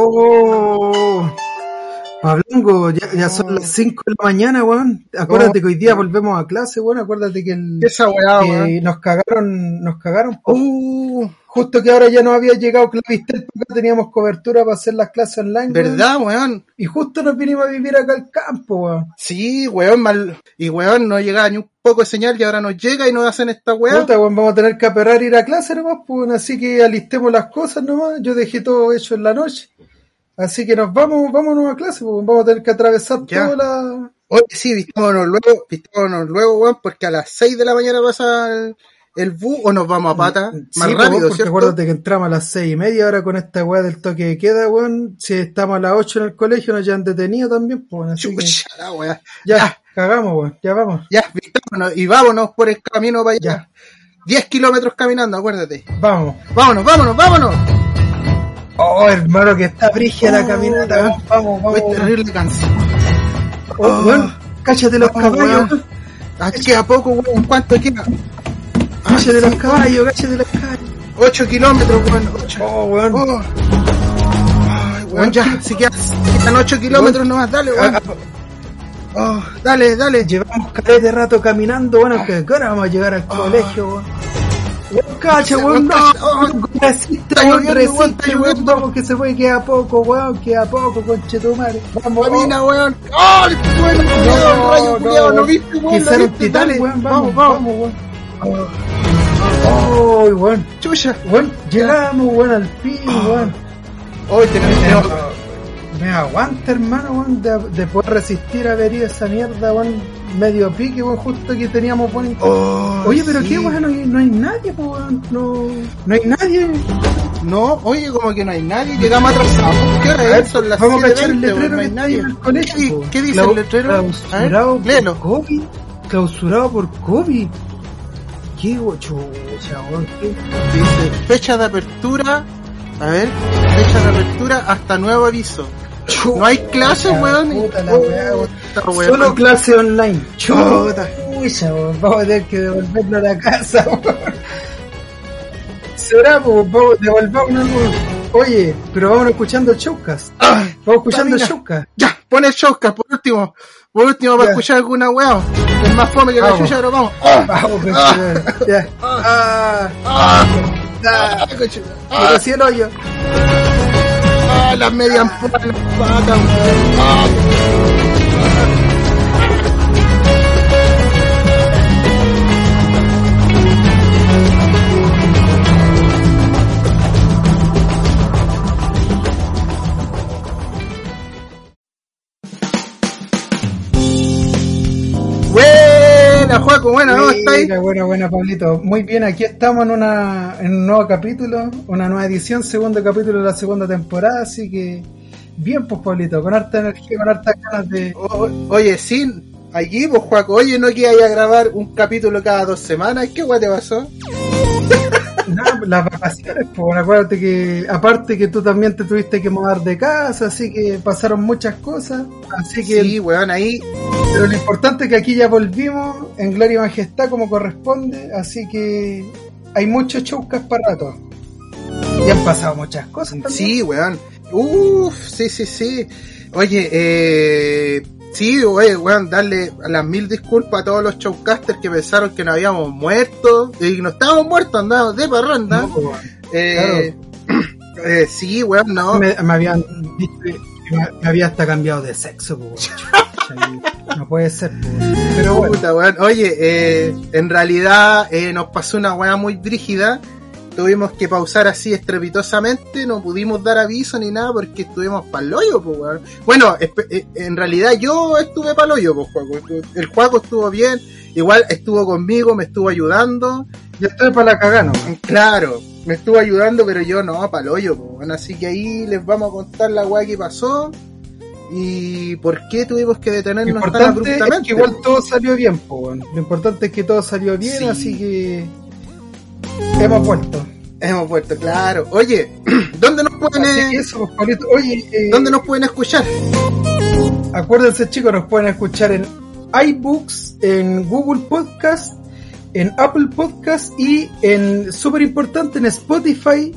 Oh, Pablango, ya, ya Oh. son las 5 de la mañana, weón. Acuérdate que hoy día volvemos a clase, weón. Acuérdate que, el, Esa weá, que weón. nos cagaron, nos cagaron. po. Uh, Justo que ahora ya no había llegado Clavistel porque teníamos cobertura para hacer las clases online, weón. ¿verdad, weón? Y justo nos vinimos a vivir acá al campo, weón. Sí, weón, mal. Y weón, no llegaba ni un poco de señal y ahora nos llega y nos hacen esta weá. Puta, weón, vamos a tener que aperrar ir a clase nomás, pues, weón. así que alistemos las cosas nomás. Yo dejé todo hecho en la noche. Así que nos vamos, vámonos a clase, pues, weón. vamos a tener que atravesar Ya. toda la... Oye, sí, vistámonos luego, vistámonos luego, weón, porque a las 6 de la mañana pasa el, el bus o nos vamos a pata. Mm, Sí, Más po, rápido, porque ¿cierto? acuérdate que entramos a las seis y media ahora con esta weá del toque de queda, weón. Si estamos a las ocho en el colegio nos ya han detenido también, pues. Así que Chucha, la weá. ya, cagamos, weón. Ya vamos. Ya, vistámonos y vámonos por el camino para allá. Ya. 10 kilómetros caminando, acuérdate. Vamos. Vámonos, vámonos, vámonos. Oh, hermano, que está brigia la Oh, caminata, weón. weón. Vamos, vamos. Voy weón. terrible cansado. Oh, weón, cállate los Oh, caballos, weón. weón. Aquí queda poco, weón. ¿Cuánto queda? Cállate los caballos, cállate los caballos. 8 kilómetros, weón. 8. Oh, weón. Ay, weón, ya, si quedan, si quedan 8 kilómetros nomás, dale, weón. Ah, Oh, dale, dale. Llevamos caleta de rato caminando, bueno, que ahora vamos a llegar al colegio, weón. Weón, cacha, weón, no, Cacha, oh, weón, resiste, está weón, lloviendo, resiste, weón, está weón, lloviendo. vamos que se puede, queda poco, weón, queda poco, conchetumare. Vamos, Camina, weón. ¡Oh, el cuero, culiao, el rayo, culiao! ¿Lo viste, weón? Quizá ¿Lo era un viste? titán, Dale, weón, vamos, vamos, weón. Oh, weón, Chucha. Ah. weón, llegamos, weón, al fin, weón. Hoy tenemos, tenemos- Me aguanta, hermano, weón, de, de poder resistir a haber ido a esa mierda, weón, medio pique, weón, justo que teníamos buen Oh, Oye, pero sí. qué weón, no, hay- no hay nadie, po, weón. No, no hay nadie. No, oye, como que no hay nadie, llegamos atrasados. ¿Qué A hora ver, es? Son las vamos a 7:20, cachar el weón, letrero no hay que nadie. tiene el colegio, ¿Qué- po. ¿Qué dice Clau- el letrero? A ver, Clausurado por léelo. COVID. Clausurado por COVID. Qué ocho, weón. qué- Dice, fecha de apertura. A ver, fecha de apertura hasta nuevo aviso. No hay clases, Chuta, weón. puta la Oh, weá, weón. puta, weón. Solo clase online. Chuta. Uy, ya, weón, vamos a tener que devolverlo a la casa. weón. Será, pues, vamos, devolvámonos. weón. Oye, pero vamos escuchando showcast. Ah, Vamos escuchando Camina. showcast. ya, pon el showcast por último. Por último, para Ya. escuchar alguna weá. Es más fome que la Vamos. chucha, pero vamos. Ah, Vamos, pues, ya. Ah, ah, coche. ah, Ah, así el hoyo. ah, las medias por las patas, weón. Ah, Buena, Juaco, buena, ¿cómo estáis? Mira, Bueno, bueno, Pablito. Muy bien, aquí estamos en, una, en un nuevo capítulo, una nueva edición, segundo capítulo de la segunda temporada, así que bien, pues, Pablito, con harta energía, con hartas ganas de... O- Oye, sí, allí vos, Juaco, oye, no que vaya a grabar un capítulo cada dos semanas, ¿qué guay te pasó? Nada, las vacaciones, pues, bueno, acuérdate que aparte que tú también te tuviste que mudar de casa, así que pasaron muchas cosas, así que... Sí, pues. weón, ahí, Pero lo importante es que aquí ya volvimos en gloria y majestad como corresponde, así que hay muchos chaucas para rato. Y han pasado muchas cosas también. sí, weón. Uff, sí, sí, sí. Oye, eh, sí, oye, weón, darle las mil disculpas a todos los showcasters que pensaron que nos habíamos muerto, y no estábamos muertos, andábamos de parranda. No, pues, eh, eh, sí, weón, no. me, me habían dicho que me, me había hasta cambiado de sexo, pues, weón. No puede ser, pues. Pero bueno, Puta, weón. Oye, eh, en realidad eh, nos pasó una weá muy brígida. Tuvimos que pausar así estrepitosamente, no pudimos dar aviso ni nada porque estuvimos pa'loyo, pues, weón. Bueno, espe- eh, en realidad yo estuve pa'loyo, pues, Juaco. El Juaco estuvo bien, igual estuvo conmigo, me estuvo ayudando. Yo estoy para la cagano. Claro, me estuvo ayudando, pero yo no, palollo, po, weón. Así que ahí les vamos a contar la weá que pasó y por qué tuvimos que Lo detenernos tan importante es abruptamente. que igual po. todo salió bien, po, weón. Lo importante es que todo salió bien, Sí. así que hemos vuelto. Hemos vuelto, claro. Oye, ¿dónde nos pueden, Así que eh, eso, pues, Pablito. Oye, eh, ¿dónde nos pueden escuchar? acuérdense, chicos, nos pueden escuchar en iBooks, en Google Podcast, en Apple Podcast y en, súper importante, en Spotify,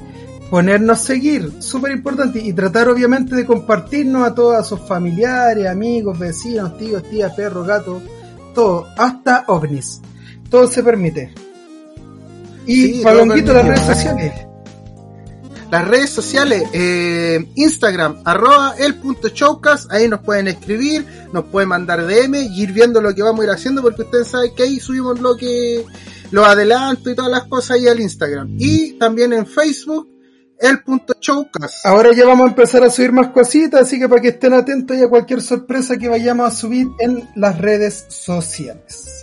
ponernos seguir, súper importante. Y tratar, obviamente, de compartirnos a todos sus familiares, amigos, vecinos, tíos, tías, perros, gatos, todo, hasta ovnis. Todo se permite. Y Sí, Palonguito, las todo permite. redes sociales. las redes sociales, eh, Instagram, arroba el punto showcast, ahí nos pueden escribir, nos pueden mandar DM y ir viendo lo que vamos a ir haciendo porque ustedes saben que ahí subimos lo que, los adelantos y todas las cosas ahí al Instagram. Y también en Facebook, el punto showcast. Ahora ya vamos a empezar a subir más cositas, así que para que estén atentos y a cualquier sorpresa que vayamos a subir en las redes sociales.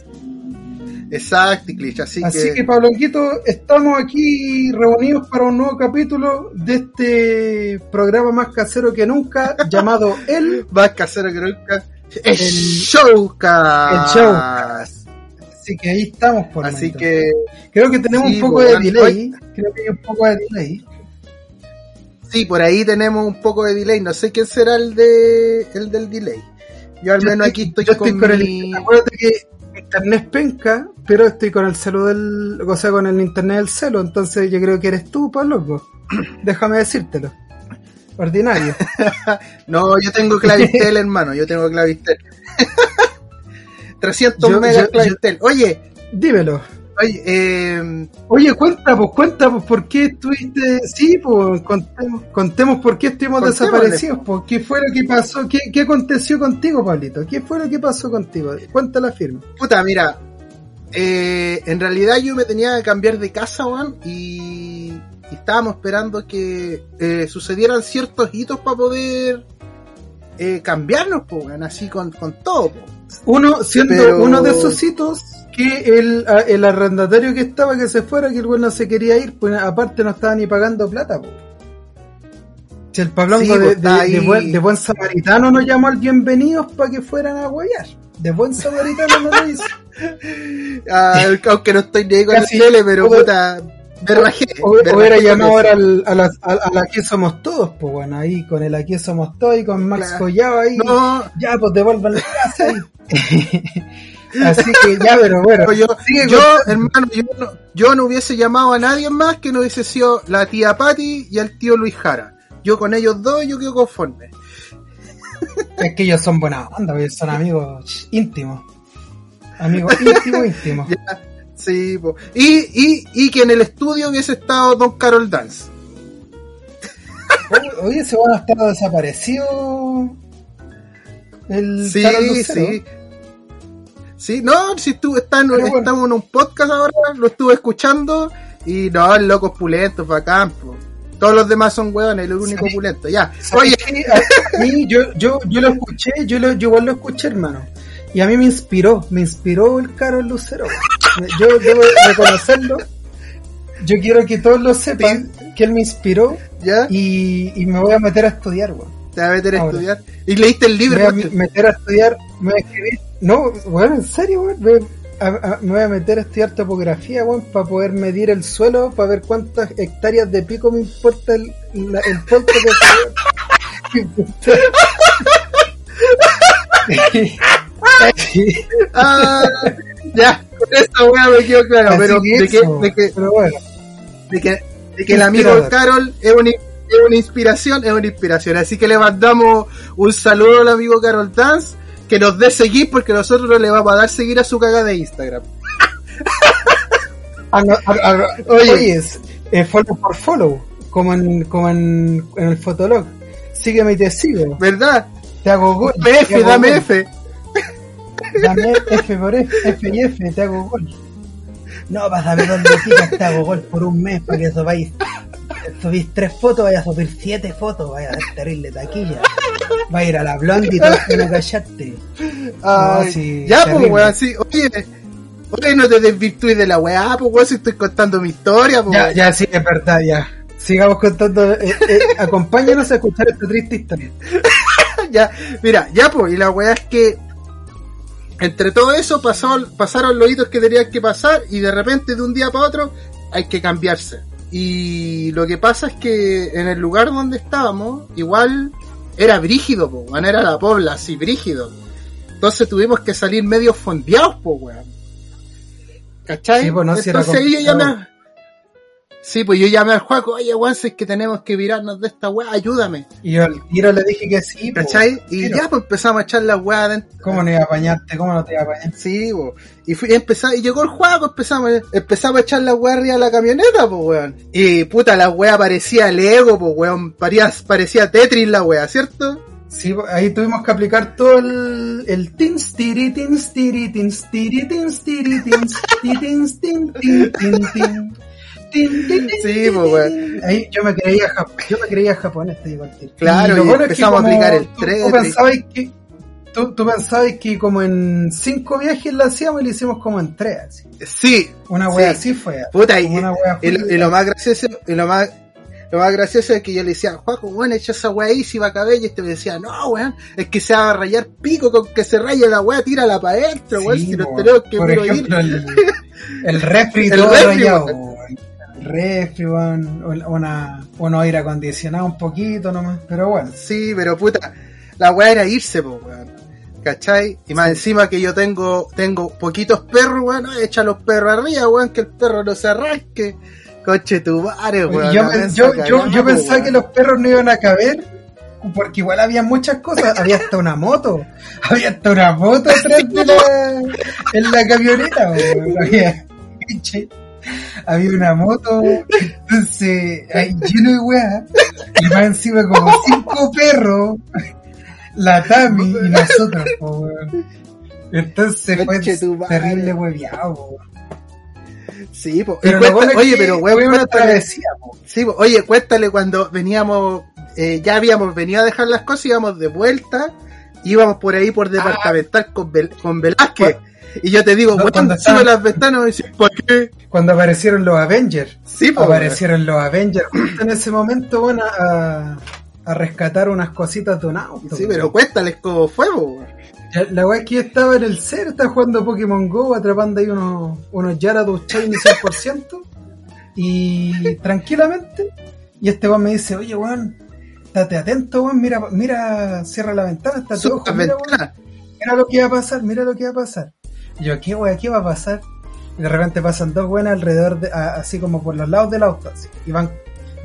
Exacto, Clich, así, Así que, que, Pablonquito, estamos aquí reunidos para un nuevo capítulo de este programa más casero que nunca, llamado El. más casero que nunca. El, El- showcast. el showcast. Así que ahí estamos, por Así que, Creo que tenemos Sí, un poco pues, de bueno, delay. Creo que hay un poco de delay. sí, por ahí tenemos un poco de delay, no sé quién será el de, el del delay. Yo al Yo menos aquí estoy yo con, el mi- acuérdate que mi internet es penca pero estoy con el celo del o sea con el internet del celo entonces yo creo que eres tú pa loco déjame decírtelo ordinario No, yo tengo Clavistel, hermano, yo tengo Clavistel. 300 Yo- megas yo- Clavistel. Oye, dímelo oye, eh, oye cuenta pues cuenta pues por qué estuviste sí pues contemos, contemos por qué estuvimos Contémosle. desaparecidos pues qué fue lo que pasó qué, qué aconteció contigo Pablito qué fue lo que pasó contigo cuéntala firme puta, mira. eh, en realidad yo me tenía que cambiar de casa, Juan, y, y estábamos esperando que eh, sucedieran ciertos hitos para poder eh, cambiarnos, po, weón, así con, con todo. po. Uno, siendo Pero- uno de esos hitos que el, a- el arrendatario que estaba que se fuera, que el güey no se quería ir, pues aparte no estaba ni pagando plata, po. Si el Pablongo Sí, pues, de, está de- de ahí. buen, de buen samaritano nos llamó al bienvenidos para que fueran a guayar. De buen samaritano no lo hizo. Ah, aunque no estoy ni ahí con la Casi. tele, pero Hubo- puta, me rajé. O, me hubiera rajé con llamado eso. ahora al, a la, a, a la Aquí Somos Todos, pues bueno, ahí con el Aquí Somos Todos y con Max Claro. Collado ahí. No, Ya, pues devuelvan la casa ahí. Así que ya, pero bueno. Pero yo, Sigue yo, hermano, yo no, yo no hubiese llamado a nadie más que no hubiese sido la tía Patti y el tío Luis Jara. Yo con ellos dos, yo quedo conforme. Es que ellos son buena onda, ellos son amigos íntimos. Amigos íntimos, íntimos. Sí, po. y, y, y que en el estudio hubiese estado Don Carol Dance. Hoy- Hoy ese bueno ha estado desaparecido. El Sí, Carol Lucero. sí. Sí, no, si tú estás en- Pero bueno. estamos en un podcast ahora, lo estuve escuchando y no, el loco es pulento, bacán, po. Todos los demás son hueones, el único Sí. pulento, ya. ¿Sabes Oye, qué? A mí, yo, yo, yo lo escuché, yo, lo, yo igual lo escuché, hermano. Y a mí me inspiró, me inspiró el Carol Lucero. Me- Yo debo reconocerlo. Yo quiero que todos lo sepan que él me inspiró ya, y, y me voy a meter a estudiar, weón. te vas a meter a ahora. estudiar. Y leíste el libro, me voy ¿no? a meter a estudiar, me voy a escribir. No, bueno, en serio, weón, me, a- a- me voy a meter a estudiar topografía, weón, para poder medir el suelo, para ver cuántas hectáreas de pico me importa el, la- el puerto que se Ah, ya, con esta weá me quedo claro, pero de que, de que, pero bueno, de que, de que el amigo Inspirador. Carol es una, es una inspiración, es una inspiración. Así que le mandamos un saludo al amigo Carol Dance, que nos dé seguir porque nosotros no le vamos a dar seguir a su caga de Instagram. Ah, no, ah, ah, Oye. oye, es, eh, follow por follow, como en, como en, en el fotolog. Sígueme y te sigo. ¿Verdad? Te hago gol. Dame te F, hago dame gol. F. Dame F por F, F y F, te hago gol. No, vas a ver dónde picas, te hago gol por un mes para que subáis. Subís tres fotos, vaya a subir siete fotos, vaya a ser terrible taquilla. Va a ir a la blondie y todo que no callaste. Ay, sí, ya, pues, terrible. weón, sí. Oye, Oye, no te desvirtúes de la weá, pues weón, si estoy contando mi historia, pues. Ya, ya, sí, es verdad, ya. Sigamos contando. eh, eh, acompáñanos a escuchar esta triste historia. ya, mira, ya pues, y la weá es que entre todo eso pasó, pasaron los hitos que tenían que pasar y de repente de un día para otro hay que cambiarse. Y lo que pasa es que en el lugar donde estábamos, igual era brígido, po, weón, era la pobla, así brígido. Entonces tuvimos que salir medio fondeados, po, weón. ¿Cachai? Sí, pues, no, si era Entonces ahí yo complicado. llamé a- Sí, pues yo llamé al Juaco, oye, weón, si es que tenemos que virarnos de esta weá, ayúdame. Y yo al tiro le dije que sí. po. ¿Cachai? Y Pero, ya pues empezamos a echar la weá adentro. ¿Cómo no iba a apañarte? ¿Cómo no te iba a apañar? Sí, po. Y, fui, empezá- y llegó el juego, empezamos, empezamos a echar la weá arriba de la camioneta, po, weón. Y puta, la weá parecía Lego, po, weón. Parecía, parecía Tetris la weá, ¿cierto? Sí, po, ahí tuvimos que aplicar todo el, el tins, tiri, tins, tiri, tins, tiri, tins, tiri, tins, tiri, tins, tin, tin, tin, tin. Tin, tin, tin, Sí, tin, po, tin, weón. tin. Ahí yo me creía jap- yo me creía japonés, te digo al tiro. Claro, lo y bueno es que empezamos a como aplicar el tú- Tú Tetris. pensabas que, tú, tú pensabas que como en cinco viajes lo hacíamos y lo hicimos como en tres. así. Sí, Una wea Sí. así fue. puta, y, como una wea y lo, y lo más gracioso, y lo más, lo más gracioso es que yo le decía, Juaco, weón, echa esa weá ahí si va a caber, y este me decía, no, weón, es que se va a rayar pico con que se raye la weá, tírala para adentro, weón, Sí, si nos po, tenemos que por puro ir. ejemplo, el, el refri El todo refri, rayado. weón. weón. El refri, weón, un- una, un aire acondicionado un poquito nomás, pero bueno. Sí, pero puta, la weá era irse, po, weón. ¿Cachai? Y más encima que yo tengo, tengo poquitos perros, weón, no, echa los perros arriba, weón, que el perro no se arrasque. Coche tu madre, weón. yo, la pen- mensa yo, cagada, yo, yo po, pensaba pues, weón. que los perros no iban a caber, porque igual había muchas cosas, había hasta una moto, había hasta una moto atrás de la, en la camioneta, weón. había, che, había una moto, entonces, ahí lleno de weá, y más encima como cinco perros, la Tami y nosotros, po, weón. Entonces fue Conche tu madre. terrible hueveado, weón. Sí, po. Y Pero lo cuenta- bueno es oye, que pero fue weón, una cuéntale, travesía, po. sí, po, oye, cuéntale cuando veníamos, eh, ya habíamos venido a dejar las cosas, íbamos de vuelta, íbamos por ahí Ah. por departamental con, Vel- con Velázquez. Y yo te digo, No, weón, cuando sube estaban- las ventanas y me dices, ¿por qué? cuando aparecieron los Avengers. Sí, pues, po, aparecieron los Avengers justo en ese momento, bueno, a, a rescatar unas cositas de un auto. Sí, pero cuéntales cómo fue, po, weón. Ya, La weá es que yo estaba en el cero, estaba jugando Pokémon Go, atrapando ahí unos, unos Gyarados Shiny 100%, y tranquilamente, y este weón me dice, oye weón, estate atento weón, mira, mira, cierra la ventana, estate Sube ojo, las mira, weón, ventanas. mira lo que va a pasar, mira lo que va a pasar. Y yo, ¿qué wea, qué va a pasar? Y de repente pasan dos buenas alrededor, de- a- así como por los lados del auto, así, y van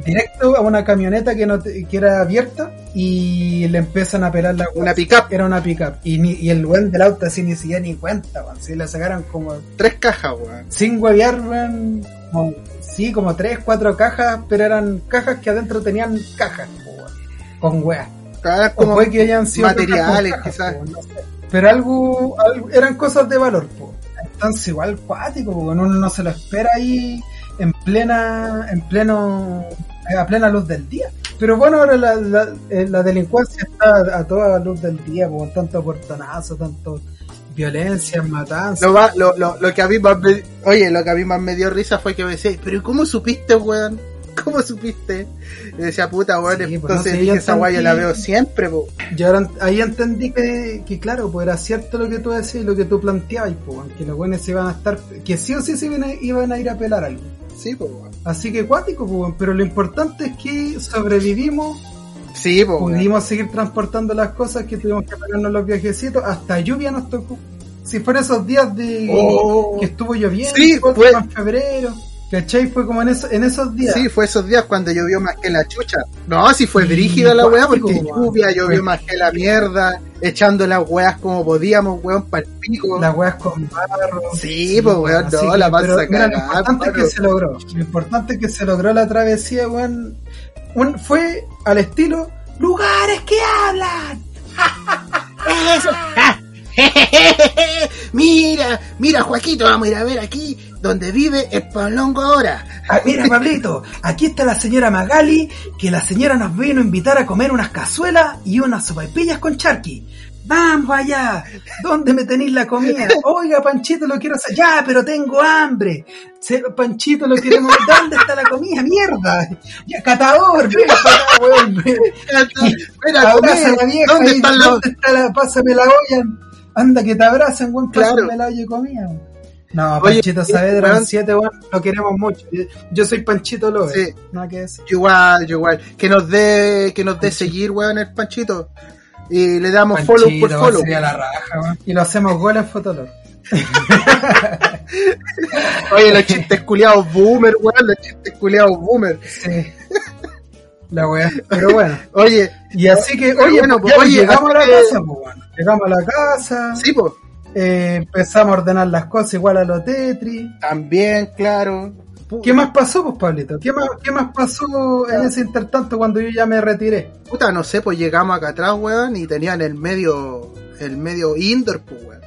directo a una camioneta que, no te- que era abierta y le empiezan a pelar la Una pickup, Era una pickup. Y, ni, y el buen del auto así ni siquiera ni cuenta, weón. Sí, la sacaron como tres cajas, weón. sin huevear, weón. como- Sí, como tres, cuatro cajas, pero eran cajas que adentro tenían cajas, weón, Con weas. Cajas O como puede que hayan sido materiales, cajas con po, no quizás. sé. Pero algo, algo- eran cosas de valor, po. Entonces igual cuático, po, uno no se lo espera ahí en plena, en pleno, eh, a plena luz del día. Pero bueno, ahora la, la- eh, la delincuencia está a toda luz del día, po, con tanto portonazo, tanto violencia, matanza. lo, va- lo, lo, lo que a mí más me, oye, lo que a mí más me dio risa fue que me decía, pero ¿cómo supiste, weón? ¿Cómo supiste? Y decía, puta, weón, Sí, pues, no sé, entonces dije, yo esa weá yo sentí- la veo siempre, po. Yo ahora ent- ahí entendí que, que claro, pues era cierto lo que tú decías y lo que tú planteabas, pues, que los buenos se iban a estar, que sí o sí se iban a, iban a ir a pelar algo. Sí, po, weón. Así que cuático, pues, weón. pero lo importante es que sobrevivimos, Pues, Sí, po, Oh, weón. pudimos seguir transportando las cosas que tuvimos que pagarnos los viajecitos, hasta lluvia nos tocó. Si fueron esos días de Oh. que estuvo lloviendo, Sí, igual fue- fue en febrero, ¿cachai? Fue como en, eso- en esos días. Sí, fue esos días cuando llovió más que la chucha. No, sí fue Sí, brígida la weá, cuático, porque weón. lluvia, llovió Fue- más que la mierda, echando las weas como podíamos, weón, para el pico. Las weas con barro. Sí, pues, weón, así no, que- la vas pero, a mira, Lo cagar, importante es claro. que se logró. Lo importante es que se logró la travesía, weón. Un- fue al estilo lugares que hablan. Eso. Ah. mira, mira, Joaquito, vamos a ir a ver aquí donde vive el Pablongo ahora. Ah, mira, Pablito, aquí está la señora Magali, que la señora nos vino a invitar a comer unas cazuelas y unas sopaipillas con charqui. vamos allá, ¿dónde me tenéis la comida? Oiga, Panchito, lo quiero hacer, ya, pero tengo hambre. Se- Panchito, lo queremos, ¿dónde está la comida? Mierda, ya, catador, ven, catador, weón. Abraza Espera, a comer. la vieja, ¿Dónde y, están las ¿dónde está la, pásame la olla? Anda, que te abracen, weón, Claro. pásame la olla y comida. No, Oye, Panchito Saavedra, weón. 7, weón, lo queremos mucho. Yo soy Panchito López, Sí. nada que decir. Igual, igual. Que nos dé, que nos dé seguir, weón, el Panchito. Y le damos follow por Panchito, follow. sería la raja, weón. Y lo hacemos gol en Fotolog. Oye, los chistes culiados boomer, weón, los chistes culiados boomer. Sí. La weá. Pero bueno. Oye, Y así que, oye, Bueno, pues, ya oye, llegamos a la eh, casa, pues, bueno. Llegamos a la casa, sí, pues. eh, empezamos a ordenar las cosas igual a los Tetris. También, claro. ¿Qué más pasó, pues, Pablito? ¿Qué más, qué más pasó en ese intertanto cuando yo ya me retiré? Puta, no sé, pues llegamos acá atrás, weón, y tenían el medio, el medio indoor, pues, weón.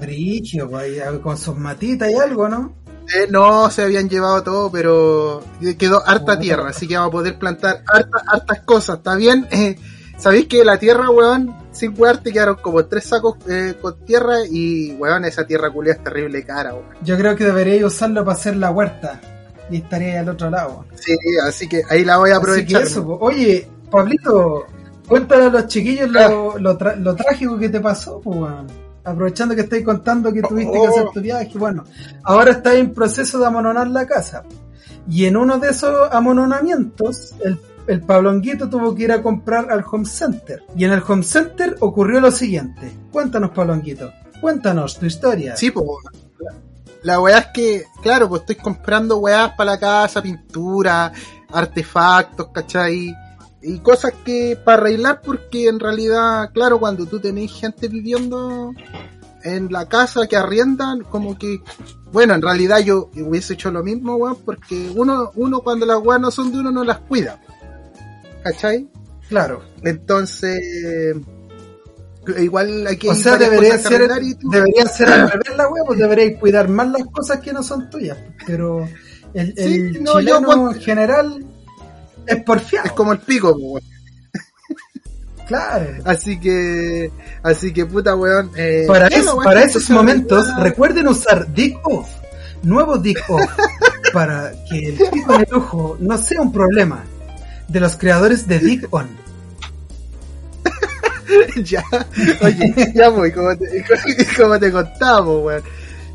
Brigio, pues, ahí, con sus matitas y algo, ¿no? Eh, no, se habían llevado todo, pero quedó harta Puta. tierra, así que vamos a poder plantar harta- hartas cosas, ¿está bien? Eh, Sabéis que la tierra, weón, sin wearte quedaron como tres sacos eh, con tierra y, weón, esa tierra culia es terrible cara, weón. Yo creo que debería usarlo para hacer la huerta. Y estaría ahí al otro lado. Sí, así que ahí la voy a Así que aprovechar. eso, pues. Oye, Pablito, cuéntale a los chiquillos lo, lo, tra- lo trágico que te pasó, pues, weón. Aprovechando que estáis contando que tuviste que hacer tu viaje, bueno, ahora estás en proceso de amononar la casa. Y en uno de esos amononamientos, el, el Pablonguito tuvo que ir a comprar al home center. Y en el home center ocurrió lo siguiente. Cuéntanos, Pablonguito, cuéntanos tu historia. Sí, pues. La weá es que, claro, pues estoy comprando weás para la casa, pintura, artefactos, ¿cachai? Y cosas que para arreglar porque en realidad, claro, cuando tú tenés gente viviendo en la casa que arriendan, como que, bueno, en realidad yo hubiese hecho lo mismo, weón, porque uno, uno cuando las weas no son de uno no las cuida, ¿cachai? claro. Entonces, igual aquí O hay sea, varias debería cosas que ser, arreglar y tú- debería ser al revés la wea, pues deberéis cuidar más las cosas que no son tuyas. Pero el, Sí, el no, yo chileno con- en general es porfiado. es como el pico, pues, weón. Claro. Así que, así que puta weón. eh, Para, bueno, eso- weón, para que esos se momentos, arregla. recuerden usar Dick Off, nuevo Dick Off, para que el pico en el ojo no sea un problema. De los creadores de Dick On. ya, oye, ya voy, como te, como te contaba, weón.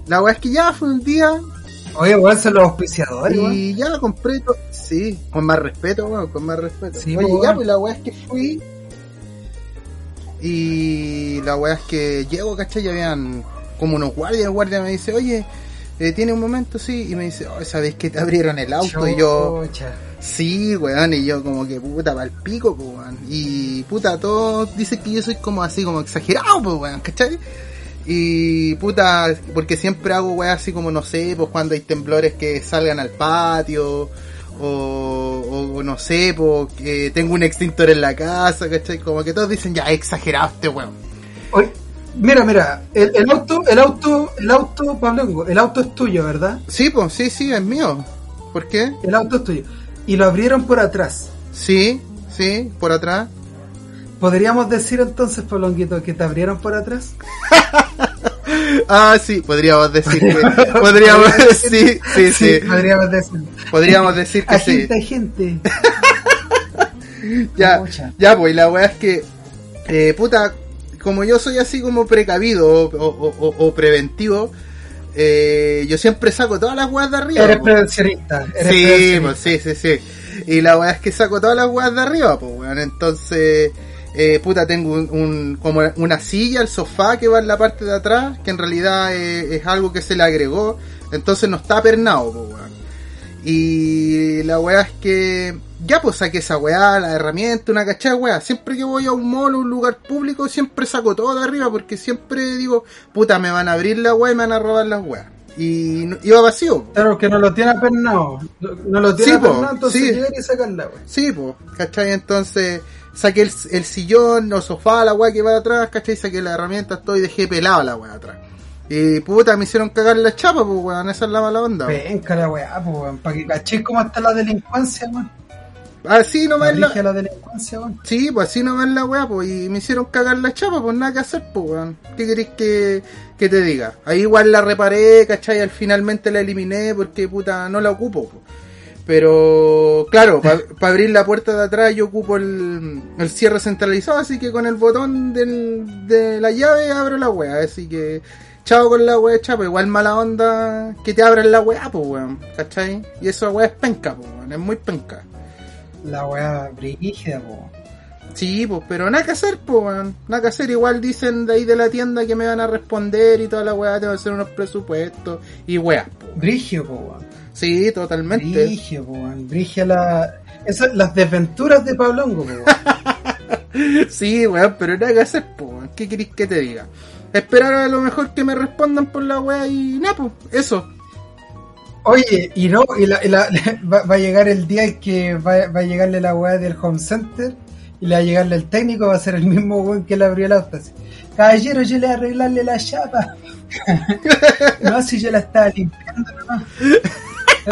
La weá es que ya fue un día Oye, weón, son los auspiciadores, weón. y ya compré todo. Sí, con más respeto, weón, con más respeto. Sí, oye, weón. ya, pues la weá es que fui. Y la weá es que llego, ¿cachai? Ya habían como unos guardias. El guardia me dice, oye, eh, tiene un momento, sí. Y me dice, oh, ¿sabéis que te abrieron el auto? Y yo, Chucha. Sí, weón, y yo como que puta pa'l pico, po, weón. Y puta, todos dicen que yo soy como así, como exagerado, po, weón, ¿cachai? Y puta, porque siempre hago weón así como, no sé, pues cuando hay temblores que salgan al patio, o, o no sé, pues que tengo un extintor en la casa, ¿cachai? Como que todos dicen, ya, exagerado este weón. Oye, mira, mira, el, el auto, el auto, el auto, Pablo, el auto es tuyo, ¿verdad? Sí, pues, sí, sí, es mío. ¿Por qué? El auto es tuyo. Y lo abrieron por atrás. Sí, sí, por atrás. ¿Podríamos decir entonces, Pablonguito, que te abrieron por atrás? Ah, sí, podríamos decir que, podríamos, sí, sí, sí. Podríamos decir. Podríamos decir que sí. Agente, agente. Ya, Pucha. ya, pues, y la weá es que, eh, puta, como yo soy así como precavido o, o- o- o preventivo, eh, yo siempre saco todas las weas de arriba. Eres po. prevencionista. Eres Sí, prevencionista. pues, sí, sí, sí. Y la weá es que saco todas las weas de arriba, pues, weón. Entonces, eh, puta, tengo un, un- como una silla, el sofá que va en la parte de atrás, que en realidad eh, es algo que se le agregó. Entonces no está pernado, pues, weón. Y la weá es que ya pues saqué esa weá, la herramienta, una cachada de weá. Siempre que voy a un mall, un lugar público, siempre saco todo de arriba porque siempre digo, puta, me van a abrir la weá y me van a robar las weá. Y no- iba vacío. po. Claro, que no lo tiene apernado. No lo tiene Sí, po, apernado, entonces sí. llegar y sacarla, güey. Sí, pues, ¿cachai? Entonces saqué el, el sillón, o sofá, la weá que va atrás, ¿cachai? Saqué la herramienta, todo y dejé pelado la weá atrás. Y puta, me hicieron cagar la chapa, pues weón, esa es la mala onda. po. Venga la weá, pues, para que cachéis cómo está la delincuencia, weón. Así nomás La la, origen de la delincuencia, weón. Sí, pues así nomás la weá, pues, y me hicieron cagar la chapa, pues nada que hacer, pues, weón. ¿Qué querés que, que te diga? Ahí igual la reparé, ¿cachai? Al finalmente la eliminé porque, puta, no la ocupo, pues. Pero, claro, para abrir la puerta de atrás yo ocupo el, el cierre centralizado, así que con el botón del- de la llave abro la weá, así que, chao con la weá, chapa, igual mala onda que te abran la weá, pues, weón, ¿cachai? Y esa weá es penca, pues, weón, es muy penca. La weá brígida, po. Sí, pues, pero nada que hacer, pues, weón. Nada que hacer. Igual dicen de ahí de la tienda que me van a responder y toda la weá, tengo que hacer unos presupuestos y weá, pues. Brigio, po, weón. Sí, totalmente. Brigio, po, weón. Brigio la... Esas, las desventuras de Pablongo, po, weón. Sí, weón, pero nada que hacer, pues, weón. ¿Qué querés que te diga? Esperar a lo mejor que me respondan por la weá y nada, pues, eso. Oye, y no, y la- y la- va, va a llegar el día en que va, va a llegarle la weá del home center y le va a llegarle el técnico, va a ser el mismo weón que le abrió el auto. así, Caballero, yo le voy a arreglarle la chapa. no, si yo la estaba limpiando nomás. No,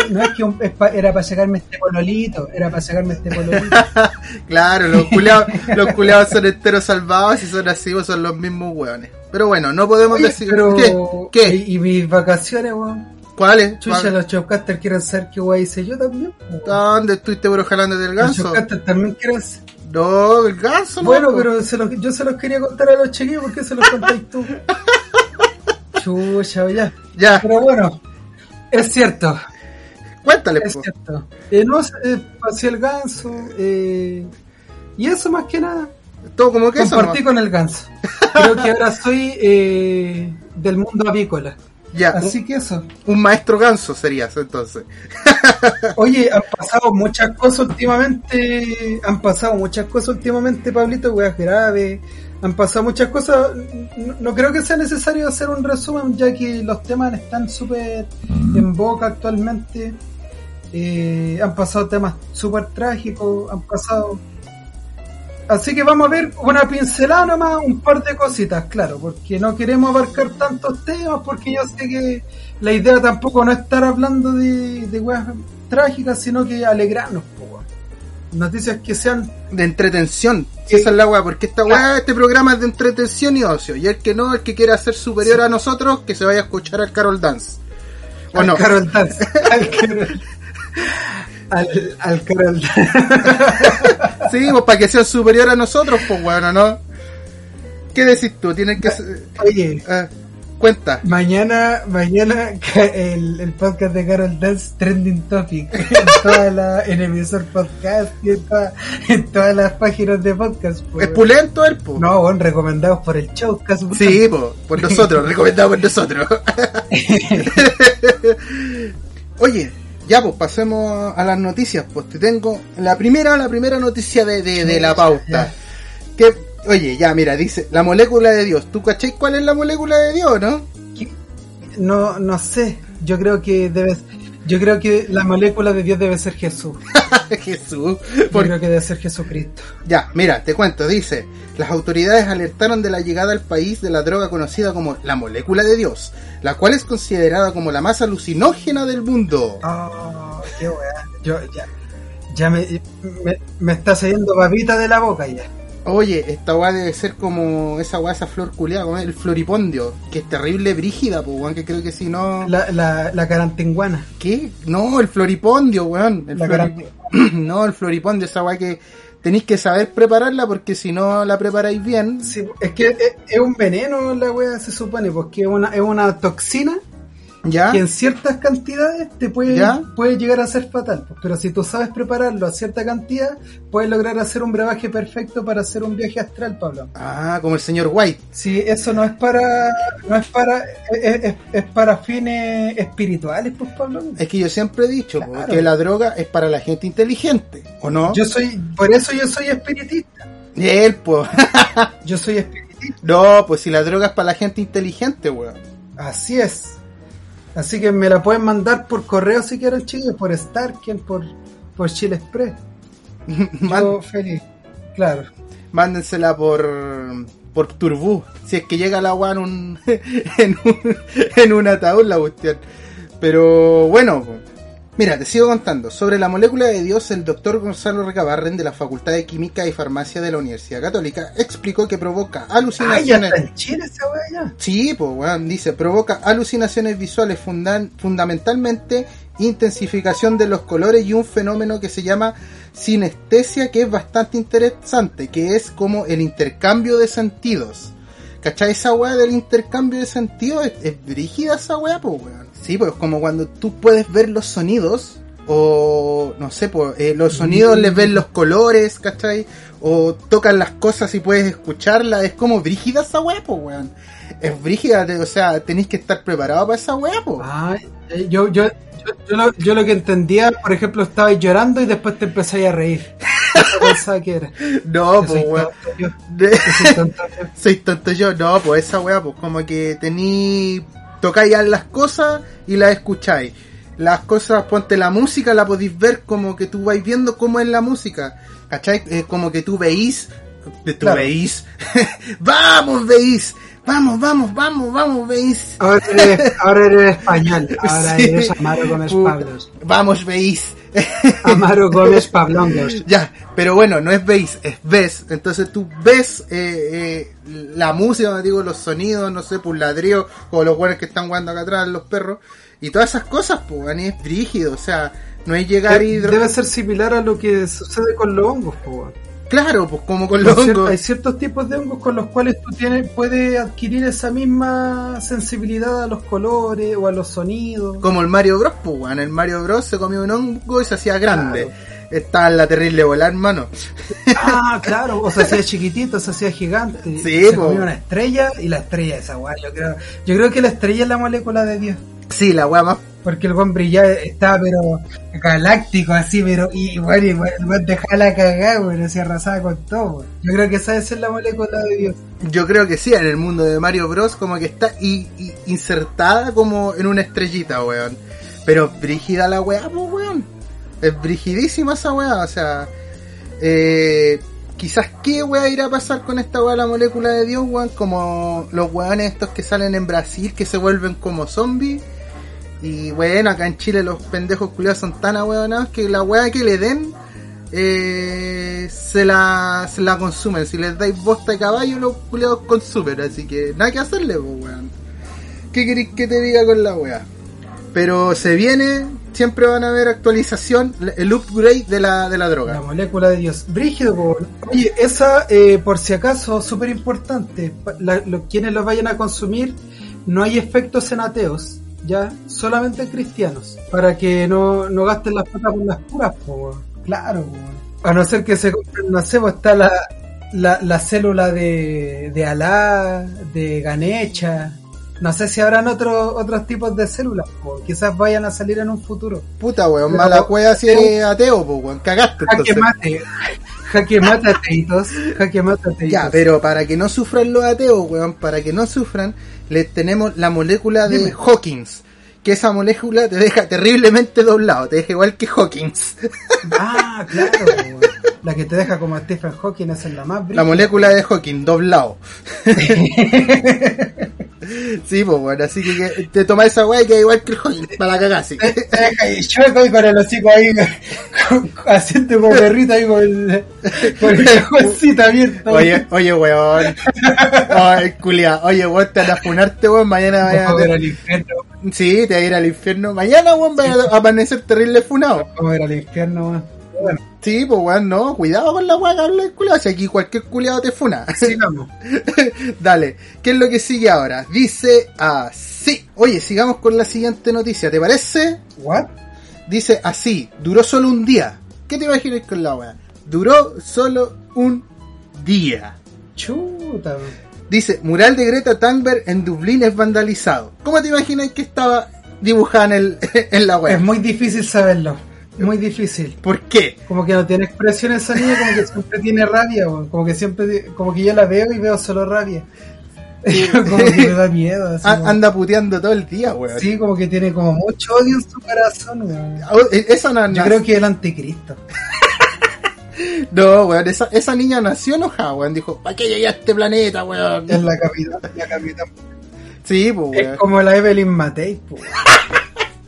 No es que un- es pa- era para sacarme este pololito, era para sacarme este pololito. Claro, los culeados, los culeados son enteros salvados y son así, pues, son los mismos weones. Pero bueno, no podemos Oye, decir. pero, ¿Qué? ¿Qué? Y, y mis vacaciones, weón. ¿Cuáles? Chucha, ¿Cuáles? los showcasters quieren saber qué weá hice yo también. weón. ¿Dónde estuviste, bro, jalando del Los ganso? showcasters también quieren saber. No, el ganso, no. Bueno, po. pero se los- yo se los quería contar a los chiquillos porque se los contáis tú. Chucha, ya. Ya, Pero bueno, es cierto, cuéntale, es po. cierto. Eh, no, eh, pasé el ganso eh, y eso más que nada. Todo como que eso. Compartí nomás. con el ganso. Creo que ahora soy eh, del mundo avícola. Ya, Así que eso. un, un maestro ganso serías entonces. Oye, han pasado muchas cosas últimamente, han pasado muchas cosas últimamente, Pablito, weas graves, han pasado muchas cosas, no, no creo que sea necesario hacer un resumen ya que los temas están súper en boca actualmente, Eh, han pasado temas súper trágicos, han pasado... Así que vamos a ver una pincelada nomás, un par de cositas, claro, porque no queremos abarcar tantos temas, porque yo sé que la idea tampoco no es estar hablando de, de weas trágicas, sino que alegrarnos, po, weón. Noticias que sean. De entretención. Sí. Esa es la weá, porque esta Claro. weá, este programa es de entretención y ocio. Y el que no, el que quiera ser superior a nosotros, que se vaya a escuchar al Carol Dance. ¿O al no? Carol Dance. Al Carol, al, al Carol Dance. Sí, pues para que sea superior a nosotros, pues bueno, ¿no? ¿Qué decís tú? Tienen que. ser- Oye, eh, cuenta. mañana, mañana ca- el, el podcast de Carol Dance Trending Topic. En, toda la, en emisor podcast y en, toda- en todas las páginas de podcast. po, ¿Es weón. pulento el, po? No, weón, recomendados por el show, caso. Sí, po, por nosotros, recomendado por nosotros. Oye, ya pues pasemos a las noticias, pues te tengo la primera, la primera noticia de, de- de la pauta. Que, oye, ya mira, dice, la molécula de Dios, ¿tú cachéis cuál es la molécula de Dios, no? No, no sé. Yo creo que debes. Yo creo que la molécula de Dios debe ser Jesús. Jesús, Yo por- creo que debe ser Jesucristo. ya, mira, te cuento, dice, las autoridades alertaron de la llegada al país de la droga conocida como la molécula de Dios, la cual es considerada como la más alucinógena del mundo. Oh, qué weá. Yo ya. Ya me, me, me está saliendo babita de la boca ya. Oye, esta weá debe ser como esa weá, esa flor culiada, como el floripondio, que es terrible brígida, pues weón, que creo que si no. La, la, la carantinguana. ¿Qué? No, el floripondio, weón. El La flori- No, el floripondio, esa weá que tenéis que saber prepararla porque si no la preparáis bien. Sí, es que es, es un veneno la weá, se supone, porque es una, es una toxina ¿Ya? que en ciertas cantidades te puede, ¿Ya? puede llegar a ser fatal. pues, Pero si tú sabes prepararlo a cierta cantidad, puedes lograr hacer un brebaje perfecto para hacer un viaje astral, Pablo. Ah, como el señor White. Sí, eso no es para, no es para, es, es- es para fines espirituales, pues Pablo. Es que yo siempre he dicho po, Claro. que la droga es para la gente inteligente, ¿o no? Yo soy, por eso yo soy espiritista. Y Él, pues. Yo soy espiritista. no, pues si la droga es para la gente inteligente, weón. Así es. Así que me la pueden mandar por correo si quieren, chicos, por Starken, por, por Chile Express. Man- Yo feliz. Claro. mándensela por por Turbú, si es que llega la agua en un, en un en un ataúd la cuestión. Pero bueno, po. Mira, te sigo contando. Sobre la molécula de Dios, el doctor Gonzalo Recabarren de la Facultad de Química y Farmacia de la Universidad Católica explicó que provoca alucinaciones. Ay, Ah, ya está chile esa weá ya. Sí, pues, weón, dice, provoca alucinaciones visuales fundan- fundamentalmente intensificación de los colores y un fenómeno que se llama sinestesia que es bastante interesante, que es como el intercambio de sentidos. ¿Cachai? Esa weá del intercambio de sentidos es, es dirigida esa weá, pues weón. Sí, pues como cuando tú puedes ver los sonidos, o no sé, pues eh, los sonidos les ven los colores, ¿cachai? O tocan las cosas y puedes escucharlas, es como brígida esa weá, pues weón. Es brígida, te- o sea, tenéis que estar preparado para esa weá, pues. Ah, eh, yo, yo, yo, yo lo, yo lo que entendía, por ejemplo, estabais llorando y después te empezáis a reír. Eso pensaba que era. No, Yo soy pues weón. tonto, yo- yo soy tonto, yo. Soy tonto yo, no, pues esa weá, pues como que tení. tocáis a las cosas y las escucháis. Las cosas, ponte la música, la podéis ver como que tú vais viendo cómo es la música. ¿Cachai? Eh, como que tú veís. eh, Tú Claro. veís. vamos, veís. Vamos, vamos, vamos, vamos, veís. Ahora eres, ahora eres español. Ahora Sí. eres Amaro Gómez Puta. Pablos. Vamos, veís. Amaro Gómez Pablongos. Ya, pero bueno, no es veis, es ves. Entonces tú ves eh, eh, la música, digo, los sonidos, no sé, pues ladrío, o los buenos que están jugando acá atrás, los perros, y todas esas cosas, pues, weón, y es brígido, o sea, no es llegar y. Debe ser similar a lo que sucede con los hongos, po, weón. Claro, pues como con Hay los cier- Hay hongos. ciertos tipos de hongos con los cuales tú tienes, puedes adquirir esa misma sensibilidad a los colores o a los sonidos. Como el Mario Bros, pues, weón, el Mario Bros se comió un hongo y se hacía grande. Claro. Estaba en la terrible volar, hermano. Ah, claro, o se hacía chiquitito, se hacía gigante. Sí, se po. comió una estrella y la estrella esa weá. Yo creo, yo creo que la estrella es la molécula de Dios. Sí, la weá más. Porque el buen brillaba, estaba pero galáctico así, pero y bueno, y bueno, el buen dejaba la cagada, bueno, se arrasaba con todo. weón. Yo creo que esa debe ser la molécula de Dios. Yo creo que sí, en el mundo de Mario Bros. como que está i- i- insertada como en una estrellita, weón. Pero es brígida la weá, pues, weón. Es brigidísima esa weá, o sea... eh, quizás qué weá irá a pasar con esta weá la molécula de Dios, weón. Como los weones estos que salen en Brasil, que se vuelven como zombies. Y bueno, acá en Chile los pendejos culiados son tan ahueonados que la weá que le den eh, se, la, se la consumen. Si les dais bosta de caballo, los culiados consumen. Así que nada que hacerle, pues, weón. ¿Qué queréis que te diga con la weá? Pero se viene, siempre van a haber actualización, el upgrade de la, de la La droga. molécula de Dios. Brígido, po. Oye, esa, eh, por si acaso, súper importante. Pa- la- lo- Quienes los vayan a consumir, no hay efectos en ateos, ¿ya? Solamente en cristianos. Para que no, no gasten las patas con las puras, po, weón. Claro, po, weón. A no ser que se compren, no sé, po, está la, la, la célula de, de Alá, de Ganecha. No sé si habrán otros otros tipos de células, po. quizás vayan a salir en un futuro. Puta, weón, Pero- mala cueva si eres ateo, pues, weón. Cagaste, Jaque entonces. mate. Jaque mate ateitos. Jaque mate ateitos. Ya, pero para que no sufran los ateos, weón, para que no sufran, les tenemos la molécula de Dime. Hawkins. Que esa molécula te deja terriblemente doblado, te deja igual que Hawkins. Ah, claro. weón. La que te deja como Stephen Hawking esa es la más La brillante. molécula de Hawkins, doblado. sí, pues bueno, así que, que te tomas esa weá y queda igual que el Hawkins, para la cagada, sí. Te deja ahí chueco y con el hocico ahí con- con- haciendo como perrito ahí con el, con el cosito abierto. Oye, oye, weón. Ay, culia. Oye, weón, te van a funarte, weón. Mañana vaya Como a... era el infierno, Sí, te vas a ir al infierno. Mañana, weón, vaya a amanecer terrible funado. como era el infierno. weón. Bueno, Sí, pues weón, no, cuidado con la weá que habla el culiao, si aquí cualquier culiado te funa. sigamos. Dale, ¿qué es lo que sigue ahora? Dice así. Oye, sigamos con la siguiente noticia, ¿te parece? ¿What? Dice así, duró solo un día. ¿Qué te imaginas con la weá? Duró solo un día. Chuta. weón. Dice, mural de Greta Thunberg en Dublín es vandalizado. ¿Cómo te imaginas que estaba dibujada en, el, en la Es weá? muy difícil saberlo. Muy difícil. ¿Por qué? Como que no tiene expresión esa niña, como que siempre tiene rabia, weón. como que siempre, como que yo la veo y veo solo rabia. como que me da miedo. así A- como- Ah, anda puteando todo el día, weón. sí, como que tiene como mucho odio en su corazón. weón. O- e- Esa no, Yo no- creo que es el anticristo. No, weón, esa, esa niña nació enojada, weón. Dijo, ¿para qué llegué a este planeta, weón? Es la capital, la capital. Sí, pues, Es weón. como la Evelyn Matei, po.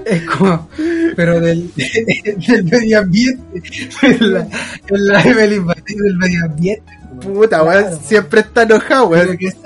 Es como, pero del, del medio ambiente. La, la Evelyn Matei del medio ambiente. Puta, weón, Claro. siempre está enojado, weón. Creo que esa-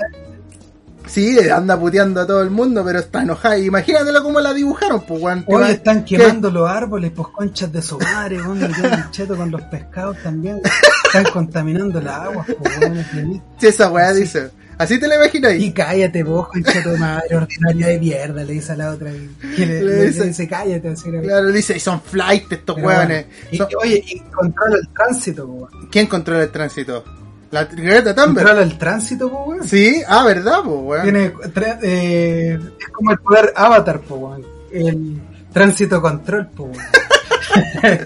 Sí, anda puteando a todo el mundo, pero está enojado. Imagínatelo como la dibujaron, pues, weón. Hoy Que- están que- quemando los árboles, pues conchas de su madre, weón, me quedo el cheto con los pescados también. Están contaminando las aguas, pues, weón, es de mí. Sí, esa weá dice. Así te la imaginas Y cállate vos, concha tu madre, ordinaria de mierda, le dice a la otra. y Que le, Le le- le dice- dice, cállate, así era. Claro, dice, y son flight estos Pero weones. bueno. Y- Son- oye, y controla el tránsito, po, weón. ¿Quién controla el tránsito? La Greta Thunberg. Controla el tránsito, po, weón. Sí, ah, verdad, pues, weón. Tiene tra- eh, es como el poder avatar, po, weón. El tránsito control, pues, po, weón.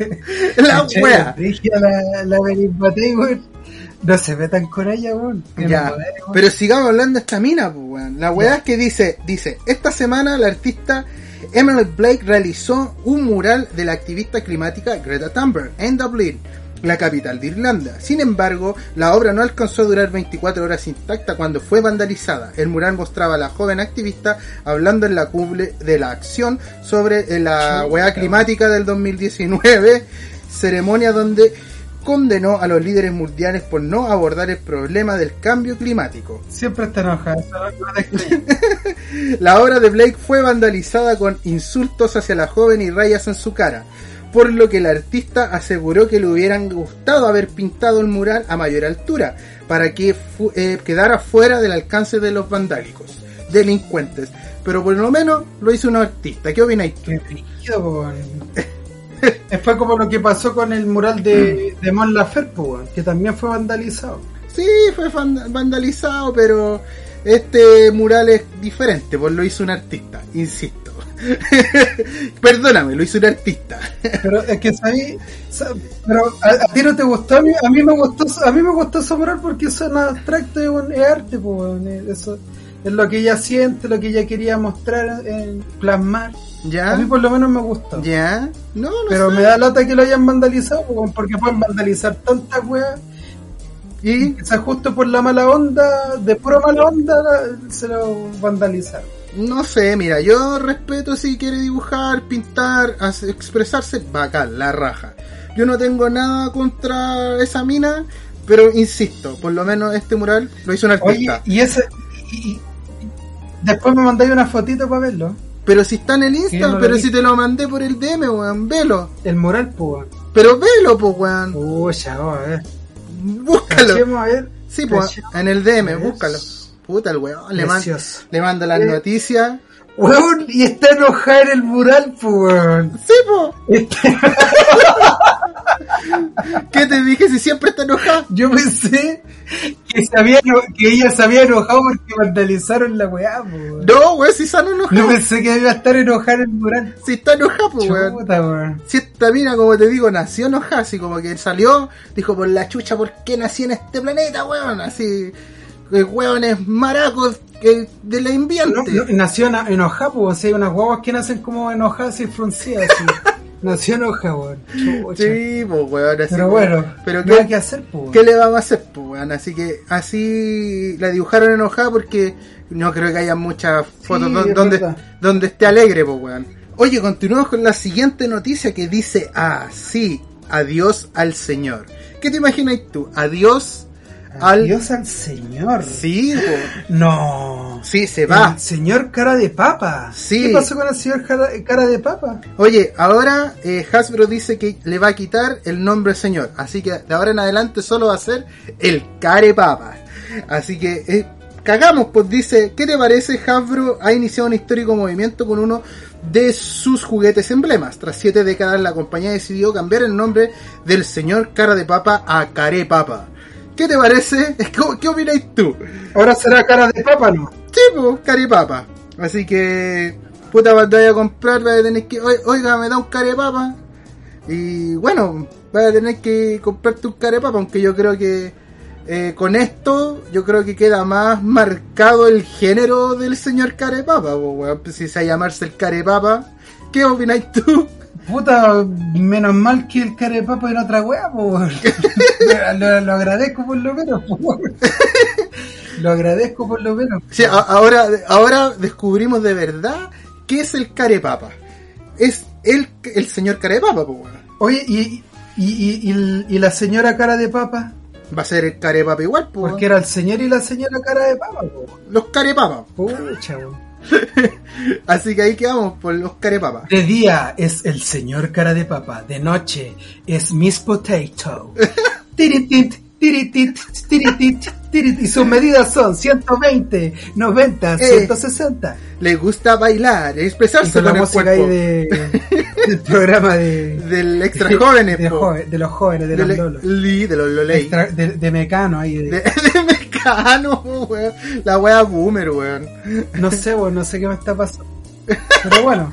La Che, wea. brígida la, la Berin Matei, weón. No se ve tan con ella, weón. Tiene Ya, poder, weón. pero sigamos hablando de esta mina, pues, weón. La weá es que dice, dice, esta semana la artista Emily Blake realizó un mural de la activista climática Greta Thunberg en Dublín, la capital de Irlanda. Sin embargo, la obra no alcanzó a durar 24 horas intacta cuando fue vandalizada. El mural mostraba a la joven activista hablando en la cumbre de la acción sobre eh, la Chuta. weá climática del 2019, ceremonia donde condenó a los líderes mundiales por no abordar el problema del cambio climático. Siempre está enojada, eso no te extraña. La obra de Blake fue vandalizada con insultos hacia la joven y rayas en su cara, por lo que la artista aseguró que le hubieran gustado haber pintado el mural a mayor altura, para que fu- eh, quedara fuera del alcance de los vandálicos, delincuentes. Pero por lo menos lo hizo un artista. ¿Qué opináis tú? Qué brígido, po, weón. Fue como lo que pasó con el mural de, de Mon Lafer, po, weón, que también fue vandalizado. Sí, fue fan- vandalizado, pero este mural es diferente, pues lo hizo un artista, insisto. Perdóname, lo hizo un artista. Pero es que sabí, sa- pero a, a ti no te gustó, a mí, a mí me gustó, a mí me gustó ese mural porque son abstracto es, un- es arte, po, weón, es- eso es lo que ella siente, lo que ella quería mostrar, eh, plasmar. A ¿Ya? mí por lo menos me gustó. ¿Ya? No, no Pero sé. me da lata que lo hayan vandalizado, po, weón, porque pueden vandalizar tantas weas ¿Y? Quizás justo por la mala onda, de pura mala onda, la- se lo vandalizaron. No sé, mira, yo respeto si quiere dibujar, pintar, hace- expresarse, bacán, la raja. Yo no tengo nada contra esa mina, pero insisto, por lo menos este mural lo hizo un Oye, artista. y ese. y- y- después me mandáis una fotito para verlo. Pero si está en el Sí, Insta, no lo pero vi. si te lo mandé por el DM, weón, velo. El mural, pues. Pero velo, pues, weón. Uy, ya, vamos a ver. Búscalo. Cachemos, a ver. Sí, pues, en el DM, búscalo. Puta el weón. Le, man- Precioso. le mando las Eh. noticias. Weón, y está enojada en el mural, pues. weón. Sí, pues. Está- ¿Qué te dije si siempre está enojado? Yo pensé que, se había eno- que ella se había enojado porque vandalizaron la weá, po, weón. No, weón, si están Yo enojado. pensé que iba a estar enojada en el mural. Si está enojado, pues, weón. Chuta, weón. Si esta mina, como te digo, nació enojada, así como que salió, dijo por la chucha, ¿por qué nací en este planeta, weón? Así, eh, weones maracos que de la No, inviante. no, nació ena- enojada, pues, o sea, hay unas guaguas que nacen como enojadas y fruncidas. así. nació enojada, weón. Chucha. sí, pues, weón, así. Pero como- bueno, pero nada qué, que hacer, pues. ¿Qué le vamos a hacer, po, weón? Así que así la dibujaron enojada porque no creo que haya muchas fotos Sí, don- es donde, verdad. donde esté alegre, po, weón. Oye, continuamos con la siguiente noticia que dice así, adiós al Señor. ¿Qué te imaginas tú? Adiós al... Adiós al señor. Sí, po. No. sí, se va. El señor cara de papa. Sí. ¿Qué pasó con el señor cara, cara de papa? Oye, ahora eh, Hasbro dice que le va a quitar el nombre al Señor. Así que de ahora en adelante solo va a ser el Carepapa. Así que eh, cagamos, pues dice, ¿qué te parece? Hasbro ha iniciado un histórico movimiento con uno de sus juguetes emblemas. Tras siete décadas la compañía decidió cambiar el nombre del Señor Cara de Papa a Carepapa. ¿Qué te parece? ¿Qué, qué opináis tú? Ahora será cara de papa, ¿no? Sí, pues, caripapa. Así que, puta, cuando vaya a comprar, vaya a tener que, "Oi- oiga, me da un carepapa. Y bueno, vaya a tener que comprarte un carepapa, aunque yo creo que eh, con esto, yo creo que queda más marcado el género del señor carepapa. po, weón. Pues, si se va a llamarse el carepapa, ¿qué opináis tú? Puta, menos mal que el cara de papa era otra wea, pues. lo, lo agradezco por lo menos, po, weón. Lo agradezco por lo menos. ah. Sí, a- ahora, ahora descubrimos de verdad qué es el carepapa. es el, el señor cara de papa, pues, weón. Oye, ¿y, y, y, y- y la señora cara de papa? Va a ser el cara de papa igual, pues, Porque weón. era el señor y la señora cara de papa, po. los cara de papa. Pucha, weón. Así que ahí quedamos por los cara de papa. De día es el señor cara de papa, de noche es Miss Potato. Tiritit, tiritit, tiritit, tiritit. Y sus medidas son 120, 90, Eh. 160. Le gusta bailar, Y expresarse con con, la el música ahí cuerpo. de, del programa de, Del extra jóvenes, de, po. joven- de los jóvenes, de, Del- los lolos. li- de los lolei. Extra- de, de Mecano ahí. de- De, de Mecano, weón. La wea boomer, weón. No sé, weón, no sé qué me está pasando. Pero bueno,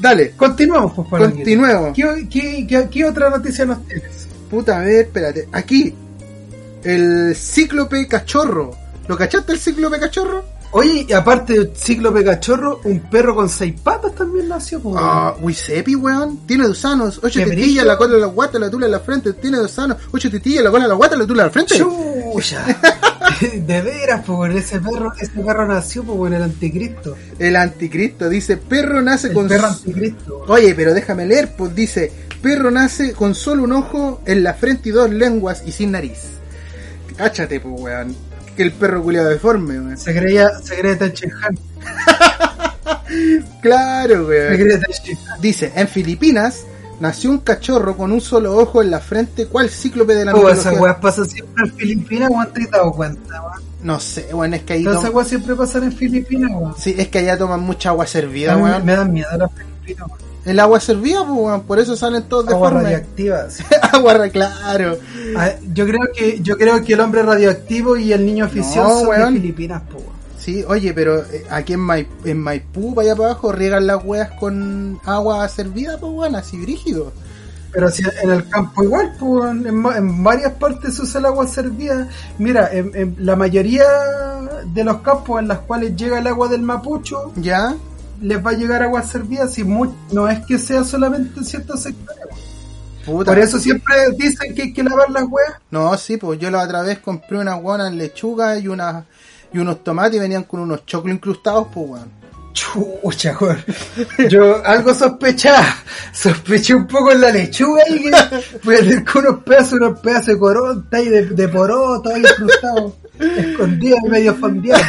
Dale, continuamos, pues, por continuemos. ¿Qué, qué, qué, qué otra noticia nos tienes? Puta, a ver, espérate. Aquí, el cíclope cachorro. ¿Lo cachaste el cíclope cachorro? Oye, y aparte de cíclope cachorro, un perro con seis patas también nació, pues. Ah, Wisepi, weón. Tiene dos sanos. Ocho Qué brillo. tetillas, la cola, la guata, la tula, la frente. Tiene dos sanos. Ocho tetillas, la cola, la guata, la tula, la frente. ¡Chuya! De veras, pues, weón, ese perro, ese perro nació, pues, en el anticristo. El anticristo dice, perro nace El con... perro s- anticristo. weón. Oye, pero déjame leer, pues dice, perro nace con solo un ojo en la frente y dos lenguas y sin nariz. Cáchate, pues, weón. Que el perro culiado deforme, weón. Se creía, se creía Tachenhan. Claro, Se weón. creía Tachenhan. Dice, en Filipinas nació un cachorro con un solo ojo en la frente, ¿cuál cíclope de la Oh, mitología? esas weas pasan siempre en Filipinas, weón, te has dado cuenta, weón. No sé, weón, es que ahí... Todas toman- esas weas siempre pasan en Filipinas, weón. Sí, es que allá toman mucha agua A servida, mí weón. Me dan miedo las Filipinas, weón. El agua servida, pues, weón, por eso salen todos Aguas deformes. radioactivas. agua, re- claro. Ah, Yo creo que yo creo que el hombre radioactivo y el niño No, oficioso son weón. de Filipinas, po, weón. Sí, oye, pero eh, aquí en, Mai- en Maipú, para allá para abajo, riegan las weas con agua servida, pues weón, así brígido. Pero si en el campo igual, po, weón, en, ma- en varias partes se usa el agua servida. Mira, en, en la mayoría de los campos en los cuales llega el agua del Mapucho, ¿Ya? les va a llegar agua servida. Si mu- no es que sea solamente en ciertos sectores. weón. Puta. Por eso siempre dicen que hay que lavar las weas. No, sí, pues yo la otra vez compré unas guanas en lechuga y unas y unos tomates y venían con unos choclos incrustados, pues weón. Chucha, weón. Yo algo sospechaba. Sospeché un poco en la lechuga y que pues, con unos pedazos, unos pedazos de coronta y de, de poroto ahí incrustado, escondido y medio fondeado.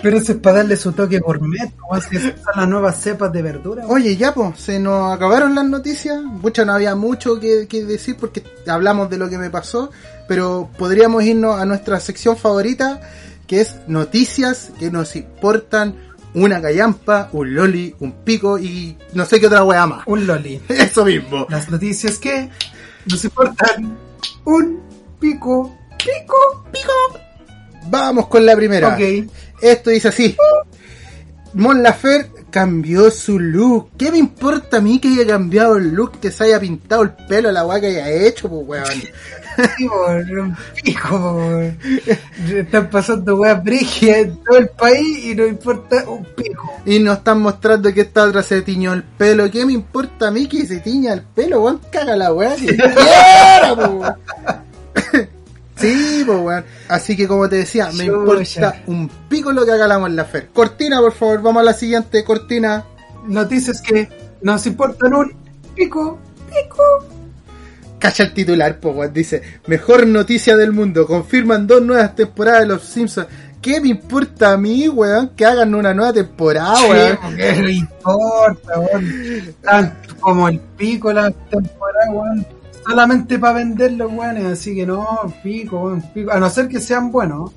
Pero eso es para darle su toque gourmet, weón, si esas son las nuevas cepas de verdura. weón. Oye, ya, pues, se nos acabaron las noticias. Mucha no había mucho que, que decir porque hablamos de lo que me pasó, pero podríamos irnos a nuestra sección favorita, que es noticias que nos importan una callampa, un loli, un pico y no sé qué otra weá más. Un loli. Eso mismo. Las noticias que nos importan. Un pico. Pico. Vamos con la primera. Ok. Esto dice así. Mon Lafer cambió su look. ¿Qué me importa a mí que haya cambiado el look, que se haya pintado el pelo, la weá que haya hecho, pues weón? Sí, por un pico, por. Están pasando weas brigias en todo el país y no importa un pico. Y nos están mostrando que esta otra se tiñó el pelo. ¿Qué me importa a mí que se tiña el pelo, weón? Caga la weá que quiera, po, weón. Sí, pues weón. Así que como te decía, me Chucha. importa un pico lo que haga la Mon Lafer. Cortina, por favor, vamos a la siguiente cortina. Noticias que nos importan un pico, pico. Cacha el titular, po, weón. Dice, mejor noticia del mundo. Confirman dos nuevas temporadas de Los Simpsons. ¿Qué me importa a mí, weón? Que hagan una nueva temporada, Ah, weón. Sí, ¿Qué le importa, weón? Tanto como el pico la temporada, weón. Solamente para vender los weones, así que no, pico, weón, pico. A no ser que sean buenos.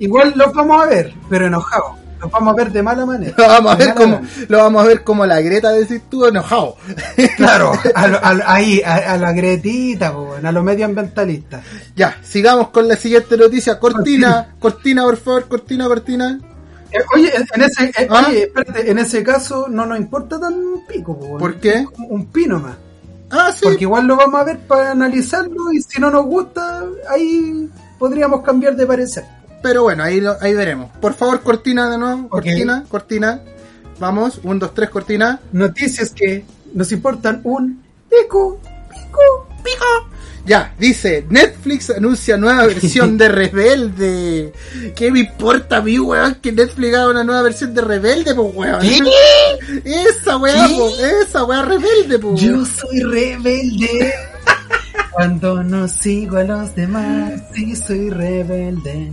Igual los vamos a ver, pero enojados. Los vamos a ver de mala manera. Lo vamos a De ver mala como, manera. lo vamos a ver como la Greta decís tú, enojado. Claro, a lo- a lo- ahí, a, a la gretita, po, weón, a los medioambientalistas. Ya, sigamos con la siguiente noticia. Cortina, cortina, por favor, cortina, cortina. Eh, oye, en- en ese, eh, ¿Ah? oye, espérate, en ese caso no nos importa tan un pico, po, weón. ¿Por qué? Un- Un pino más. Ah, sí. Porque igual lo vamos a ver para analizarlo y si no nos gusta, ahí podríamos cambiar de parecer. Pero bueno, ahí, lo- ahí veremos. Por favor, cortina de nuevo. Ok. Cortina, cortina. Vamos, un, dos, tres, cortina. Noticias que nos importan un pico, pico. Ya, dice, Netflix anuncia nueva versión de Rebelde. ¿Qué me importa a mí, weón, que Netflix haga una nueva versión de Rebelde, pues, weón? Esa weá, ¿Qué? po, esa weá rebelde, pues. Yo soy rebelde. Cuando no sigo a los demás, sí soy rebelde.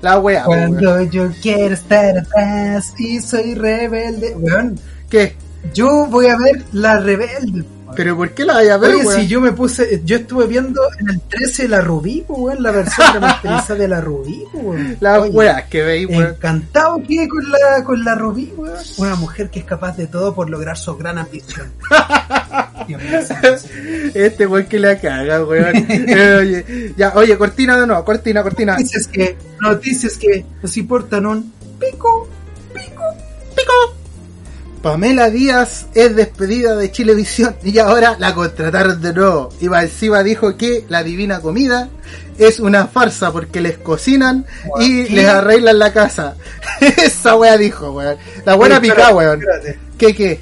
La weá, po, weón. Cuando yo quiero estar atrás, sí soy rebelde. Weón, ¿Qué? yo voy a ver la rebelde. weón. ¿Pero por qué la vaya a ver, Oye, weón? si yo me puse, yo estuve viendo en el 13 la Rubí, pues, weón, la versión remasterizada de la Rubí, pues, weón. La Oye, Eh. weá que veis, weón. Encantado que con la, con la Rubí, weón. Una mujer que es capaz de todo por lograr su gran ambición. Dios mío, santo. Este weón que la caga, weón. Eh, oye, ya, oye, cortina de nuevo, cortina, cortina. Noticias que, noticias que nos importan un pico. Pamela Díaz es despedida de Chilevisión y ahora la contrataron de nuevo. Y Balsiva dijo que la divina comida es una farsa porque les cocinan y ¿Qué? les arreglan la casa. Esa wea dijo, weón. La buena Oye, pica, espérate, weón. espérate. ¿Qué, qué?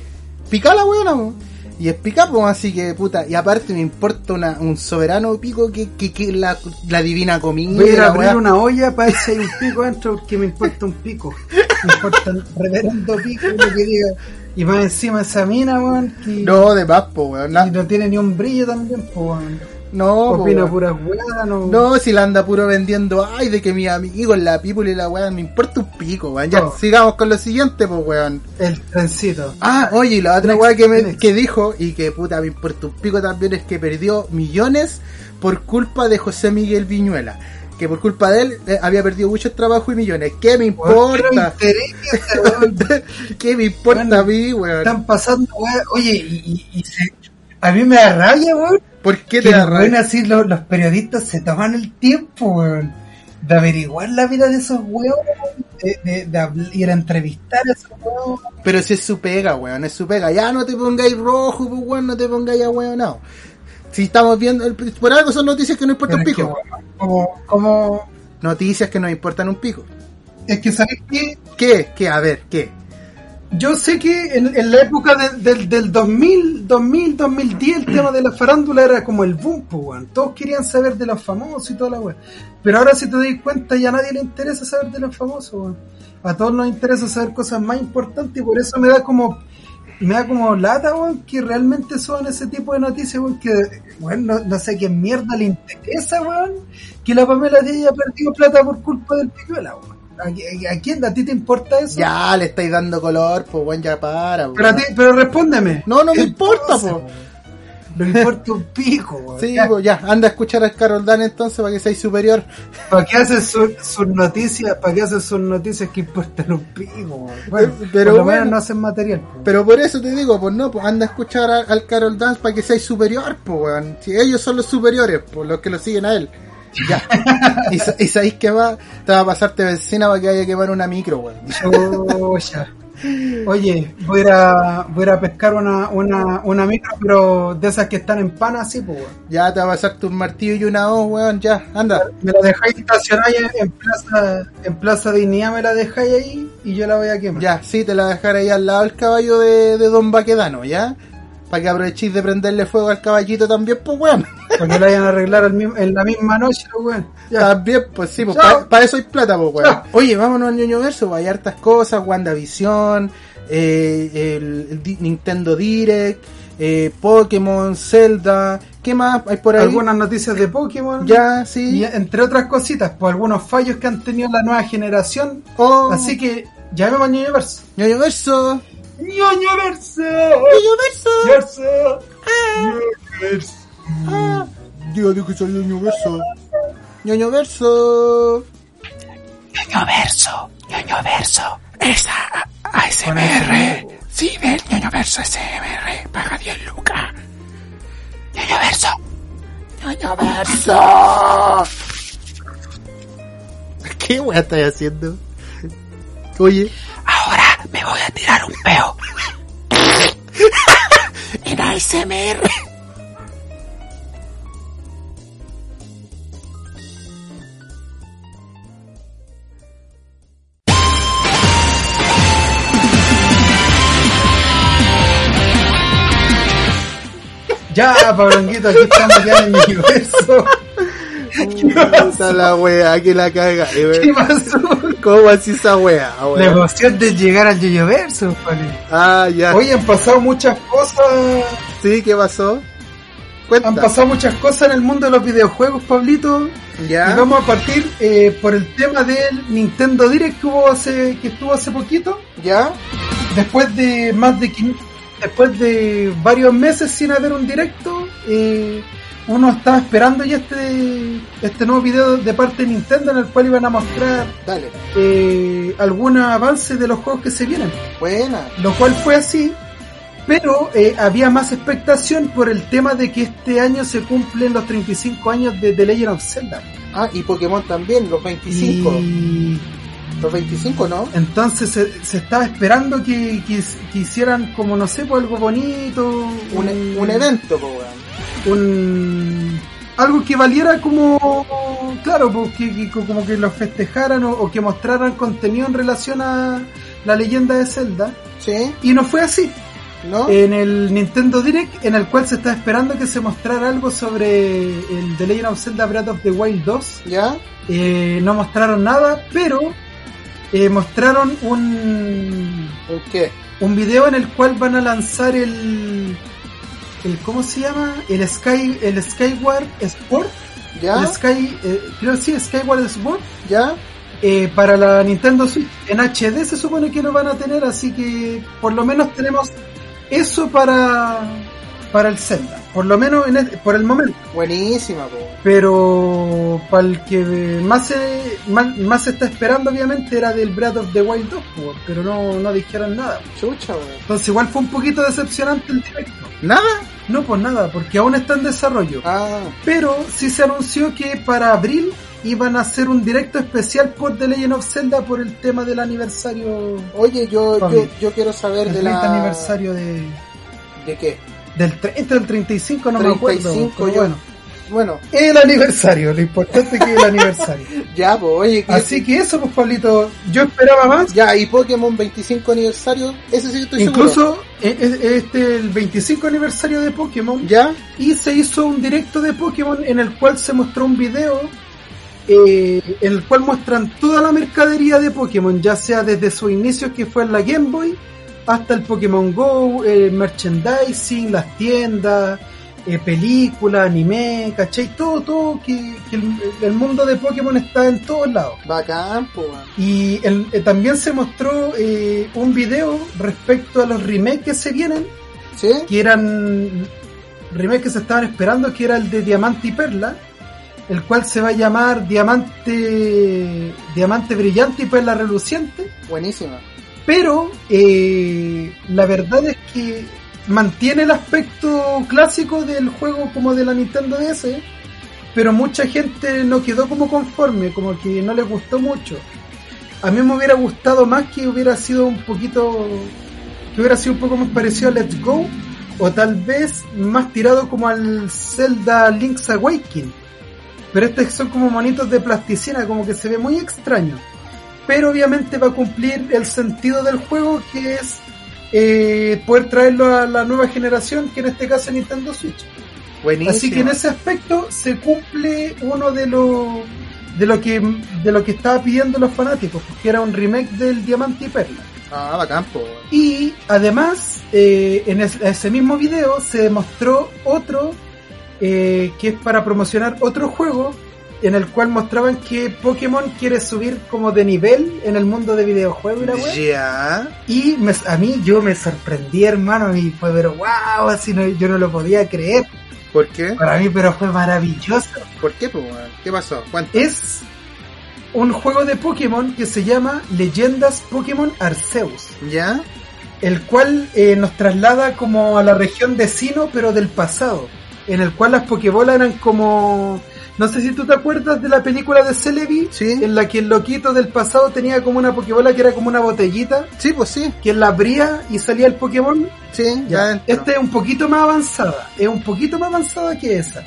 Pica la weona, weón. Y es pica, pues, así que puta. Y aparte me importa una- un soberano pico que, que, que la, la divina comida. Voy a ir a la abrir wea. una olla para ver si hay un pico adentro porque me importa un pico. Me importa un reverendo pico lo que diga. Y más encima esa mina, weón, que No, de más, po, weón. y No, no tiene ni un brillo también, pues, weón. no, po, Opina weón. puras weas, no. No, si la anda puro vendiendo, ay, de que mi amigo la people y la weón, me importa un pico, weón. Ya, No. sigamos con lo siguiente, pues weón. El trencito. Ah, oye, y la otra Next, weón que, me- next. que dijo y que puta me importa un pico también es que perdió millones por culpa de José Miguel Viñuela. Que por culpa de él eh, había perdido muchos trabajos y millones. ¿Qué me Weón, ¿qué importa? le interesa, este weón? ¿Qué me importa Bueno, a mí, weón? Están pasando, weón. Oye, y, y- y se- a mí me da rabia, weón. ¿Por qué Que te da los weones rabia? así, lo- los, periodistas se toman el tiempo, weón, de averiguar la vida de esos weones, de, de- de habl- ir a entrevistar a esos weones. Pero si es su pega, weón, es su pega. Ya no te pongáis rojo, pues, weón, no te pongáis a weón, no. Si estamos viendo, el- por algo son noticias que no importan un Pero es que, pico. weón, como, como, Noticias que nos importan un pico. es que sabes que ¿Qué? ¿Qué? A ver, ¿qué? yo sé que en, en la época de- del- del 2000, 2000, 2010 el tema de la farándula era como el boom, pues, weón. todos querían saber de los famosos y toda la weón. Pero ahora si te das cuenta ya a nadie le interesa saber de los famosos, weón. a todos nos interesa saber cosas más importantes y por eso me da como me da como lata, weón, que realmente son ese tipo de noticias, weón, que, weón, no, no sé qué mierda le interesa, weón, que la Pamela Díaz haya perdido plata por culpa del picuela, weón. ¿A, a- a quién? ¿A ti te importa eso? Ya le estáis dando color, pues, weón, ya para, weón. Pero, a ti- pero respóndeme. No, no me importa, po. weón, No me importa un pico, weón. Sí, Ya, pues ya, anda a escuchar a Carol Dan entonces para que seáis superior. ¿Para qué haces su- sus noticias? ¿Para qué haces sus noticias que importan un pico, weón? Bueno, Eh, pero pero por lo bueno. menos no hacen material, po. Pero por eso te digo, pues no, pues anda a escuchar a- al Carol Dance para que seáis superior, pues weón. Si ellos son los superiores, pues los que lo siguen a él. Ya. y, sa- y sabéis que va, te va a pasarte vecina para que haya que quemar una micro, weón. Chucha. Oye, voy a, ir a- voy a ir a pescar una, una, una micro, pero de esas que están en pan así, pues, weón. Ya te va a pasarte un martillo y una hoz, weón, ya, anda. Me la dejáis estacionada en, en plaza, en plaza Dignidad, me la dejáis ahí y yo la voy a quemar. Ya, sí, te la dejaré ahí al lado del caballo de, de Don Baquedano, ¿ya? Para que aprovechéis de prenderle fuego al caballito también, pues weón. Para que la vayan a arreglar al mismo- en la misma noche, weón. También, pues sí, pues Chao. para eso hay plata, pues weón. Oye, vámonos al ñoño verso, pues, hay hartas cosas, WandaVision, eh, el, el Di- Nintendo Direct, eh, Pokémon, Zelda, ¿qué más hay por ahí? Algunas noticias de Pokémon. Ya, sí. Y entre otras cositas, por algunos fallos que han tenido la nueva generación. Oh, Así que llamemos al Ñoñoverso. ñoño verso. ¡Ñoñoverso! ñoño verso. ¡Ñoñoverso! ¡Ñoñoverso! Ah, Digo, digo que soy ñoño verso. ñoño verso. ¿Qué weá estás haciendo? Oye. Ahora me voy a tirar un peo. en ASMR. Ya, Pabronguito, aquí estamos ya en el universo. Puta la wea, que la caga. eh, ¿Qué weón. pasó? ¿Cómo así esa wea, La weón? emoción de llegar al Yoyoverso, vale. Ah, ya. Hoy han pasado muchas cosas. Sí, ¿qué pasó? Cuenta. Han pasado muchas cosas en el mundo de los videojuegos, Pablito. Ya. Y vamos a partir eh, por el tema del Nintendo Direct que, hubo hace, que estuvo hace poquito. Ya. Después de más de quin- después de varios meses sin haber un directo, eh, uno estaba esperando ya este, este nuevo video de parte de Nintendo en el cual iban a mostrar Dale. eh, algún avance de los juegos que se vienen Buena. lo cual fue así, pero eh, había más expectación por el tema de que este año se cumplen los 35 años de The Legend of Zelda. Ah, y Pokémon también, los 25. Y Los 25, ¿no? entonces se, se estaba esperando que, que, que hicieran como, no sé, pues, algo bonito, Un, un- un evento, po, weón. un- algo que valiera como, claro, pues, que- que como que lo festejaran o, o que mostraran contenido en relación a la leyenda de Zelda. Sí, Y no fue así. ¿no? en el Nintendo Direct en el cual se está esperando que se mostrara algo sobre el The Legend of Zelda Breath of the Wild 2. ya. Eh, no mostraron nada, pero eh, mostraron un, ¿Por qué? un video en el cual van a lanzar el, el ¿cómo se llama? El Sky el Skyward Sport, ¿Ya? el Sky eh, creo que sí, Skyward Sport ¿Ya? eh, para la Nintendo Switch en HD se supone que lo van a tener, así que por lo menos tenemos eso para para el Zelda, por lo menos en el- por el momento, Buenísima, po. weón. pero para el que más se más, más se está esperando obviamente era del Breath of the Wild 2, po, pero no, no dijeron nada. Chucha, weón. Entonces igual fue un poquito decepcionante el directo. ¿Nada? No, pues nada, porque aún está en desarrollo. Ah, Pero sí se anunció que para abril iban a hacer un directo especial por The Legend of Zelda por el tema del aniversario, oye, yo, yo, Fabi. yo quiero saber el de 30 la. aniversario de, ¿De qué? del 30 del 35, no me 35 acuerdo. pero yo. bueno, Bueno, el aniversario, lo importante que es el aniversario. ya, po, oye. que- Así que eso, pues Pablito, yo esperaba más. Ya, y Pokémon 25 aniversario, ese sí que estoy seguro. Incluso e- e- este el 25 aniversario de Pokémon ¿Ya? y se hizo un directo de Pokémon en el cual se mostró un video eh, en el cual muestran toda la mercadería de Pokémon, ya sea desde su inicio que fue en la Game Boy hasta el Pokémon Go, el merchandising, las tiendas, eh, películas, anime, ¿cachai? Todo, todo, que, que el, el mundo de Pokémon está en todos lados. Bacán, po, weón. Y el- eh, también se mostró eh, un video respecto a los remakes que se vienen ¿Sí? que eran remakes que se estaban esperando, que era el de Diamante y Perla, el cual se va a llamar Diamante Diamante Brillante y Perla Reluciente, Buenísima. pero eh, la verdad es que mantiene el aspecto clásico del juego como de la Nintendo DS, pero mucha gente no quedó como conforme, como que no les gustó mucho. A mí me hubiera gustado más que hubiera sido un poquito, que hubiera sido un poco más parecido a Let's Go, o tal vez más tirado como al Zelda Link's Awakening. Pero estos son como monitos de plasticina, como que se ve muy extraño. Pero obviamente va a cumplir el sentido del juego, que es eh, poder traerlo a la nueva generación, que en este caso es Nintendo Switch. Buenísima. Así que en ese aspecto se cumple uno de los de lo que de lo que estaba pidiendo los fanáticos, que era un remake del Diamante y Perla. Ah, bacán, po, weón. Y además, eh, en es- ese mismo video se mostró otro eh, que es para promocionar otro juego en el cual mostraban que Pokémon quiere subir como de nivel en el mundo de videojuegos y la wea. Ya. Y me- a mí yo me sorprendí, hermano, y fue, pero wow, así no- yo no lo podía creer. ¿Por qué? Para mí, pero fue maravilloso. ¿Por qué, po, weón? ¿Qué pasó? Cuenta. Es un juego de Pokémon que se llama Leyendas Pokémon Arceus. ¿Ya? el cual eh, nos traslada como a la región de Sino, pero del pasado, en el cual las Pokébolas eran como... No sé si tú te acuerdas de la película de Celebi, Sí. en la que el loquito del pasado tenía como una Pokébola que era como una botellita, Sí, pues sí. que la abría y salía el Pokémon. Sí, ya. Ya, adentro. Esta es un poquito más avanzada, es un poquito más avanzada que esa.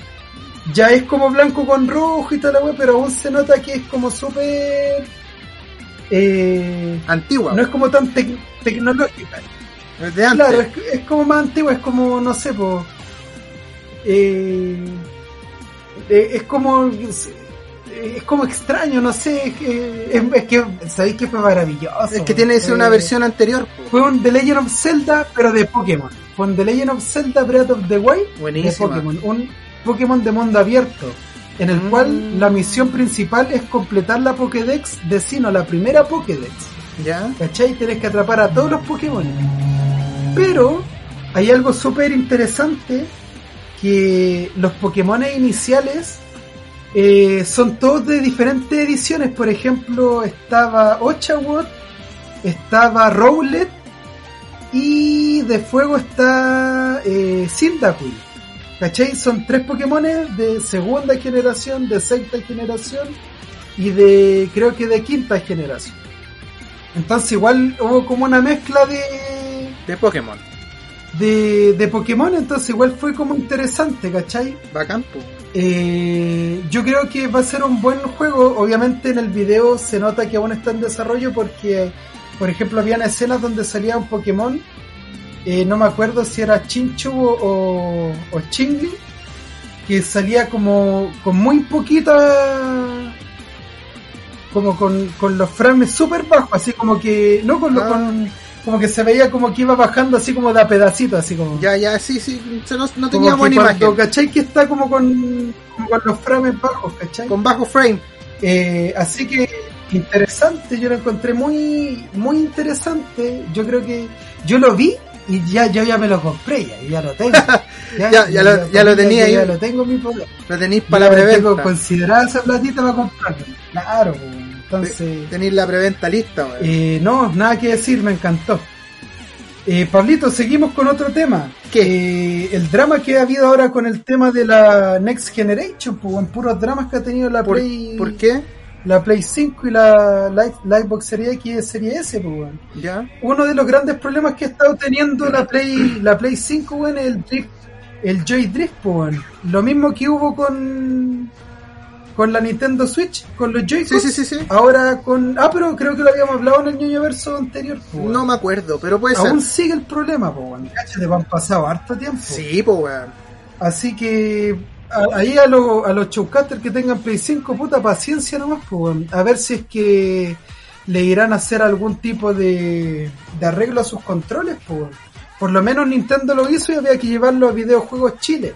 Ya es como blanco con rojo y tal, la wea, pero aún se nota que es como súper... eh, Antigua. no es como tan tec- tecnológica. de antes. Claro, es, es como más antiguo, es como, no sé, po, eh, eh, es como es, es como extraño, no sé, eh, es, es que sabéis que fue maravilloso. Es que tiene que ser una Eh, versión anterior. po. fue un The Legend of Zelda, pero de Pokémon. Fue un The Legend of Zelda Breath of the Wild de Buenísima. Pokémon. Un Pokémon de mundo abierto, en el Mm. cual la misión principal es completar la Pokédex de Sino, la primera Pokédex. ¿Ya? ¿Cachai? Tenés que atrapar a todos los Pokémon. Pero hay algo súper interesante que los Pokémon iniciales eh, son todos de diferentes ediciones. Por ejemplo, estaba Ochawott, estaba Rowlet y de fuego está eh, Cyndaquil. ¿Cachai? Son tres Pokémon de segunda generación, de sexta generación y de creo que de quinta generación. Entonces igual hubo como una mezcla de, De Pokémon. de, de Pokémon, entonces igual fue como interesante, ¿cachai? Bacán, po. Eh, yo creo que va a ser un buen juego. Obviamente en el video se nota que aún está en desarrollo porque, por ejemplo, habían escenas donde salía un Pokémon. eh, no me acuerdo si era Chinchu o, o, o Chingli. Que salía como con muy poquita... Como con, con los frames súper bajos. Así como que... No con, lo- Ah. con- Como que se veía como que iba bajando así como de a pedacito. Así como... Ya, ya, sí, sí. se No, no Como tenía que buena cuando, imagen. ¿Cachai? Que está como con, como con los frames bajos, ¿cachai? Con bajo frame. Eh, así que interesante, yo lo encontré muy, muy interesante. Yo creo que yo lo vi y ya, yo ya me lo compré, ya, ya lo tengo. Ya- ya lo- ya lo tenía yo ahí. Ya lo tengo en mi poder. Lo tenéis para Para la tengo preventa. considerada esa platita para comprarlo. Claro, pues, entonces... Tenéis la preventa lista, weón. Eh, no, nada que decir, me encantó. Eh, Pablito, seguimos con otro tema. Eh, el drama que ha habido ahora con el tema de la Next Generation, pues, en puros dramas que ha tenido la ¿Por, Play, por qué? la Play 5 y la Live- Livebox Serie X y Serie S, pues, weón. Ya. Uno de los grandes problemas que ha estado teniendo la Play, la Play 5, weón, es el drift, el Joy Drift, pues, weón. Lo mismo que hubo con, con la Nintendo Switch, con los joy Sí, sí, sí, sí. Ahora con. Ah, pero creo que lo habíamos hablado en el ñoño verso anterior. po, weón. No me acuerdo, pero puede ser. Aún sigue el problema, po, weón. Cáchate, han pasado harto tiempo. Sí, po, weón. Así que. a- ahí a, los a los showcasters que tengan Play 5, puta paciencia nomás, po, weón. A ver si es que le irán a hacer algún tipo de, de arreglo a sus controles, po, weón. Por lo menos Nintendo lo hizo y había que llevarlo a videojuegos Chile.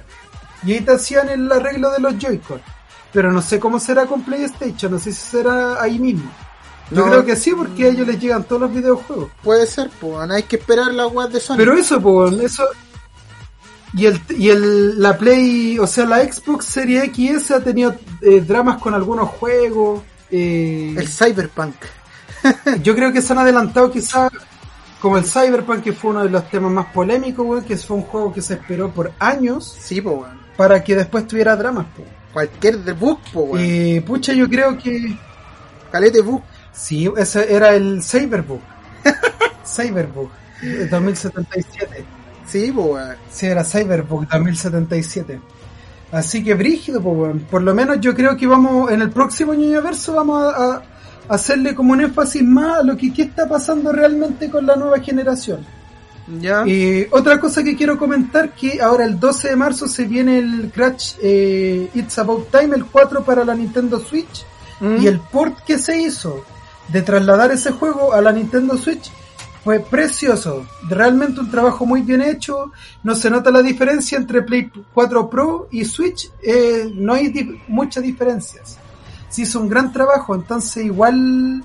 Y ahí te hacían el arreglo de los Joy-Con. Pero no sé cómo será con PlayStation, no sé si será ahí mismo. Yo No. creo que sí, porque a ellos les llegan todos los videojuegos. Puede ser, po, weón. Hay que esperar la web de Sony. Pero eso, pues, eso. Y, el, y el, la Play, o sea, la Xbox Series X ha tenido eh, dramas con algunos juegos. eh, El Cyberpunk. yo creo que se han adelantado quizás como el Cyberpunk, que fue uno de los temas más polémicos, weón, que fue un juego que se esperó por años Sí, po, weón. para que después tuviera dramas. po. Cualquier de bug, po, weón. Eh, pucha, yo creo que Calete bug. Sí, ese era el Cyberbook. Cyberbook, eh, de 2077. Sí, po, weón. Sí, era Cyberbook 2077. Así que brígido, po, weón. Por lo menos yo creo que vamos, en el próximo universo vamos a, a hacerle como un énfasis más a lo que qué está pasando realmente con la nueva generación. Ya. Eh, otra cosa que quiero comentar que ahora el 12 de marzo se viene el Crash eh, It's About Time, el 4 para la Nintendo Switch Mm. y el port que se hizo de trasladar ese juego a la Nintendo Switch fue precioso. Realmente un trabajo muy bien hecho. No se nota la diferencia entre Play 4 Pro y Switch. eh, no hay di- muchas diferencias. Se hizo un gran trabajo. Entonces igual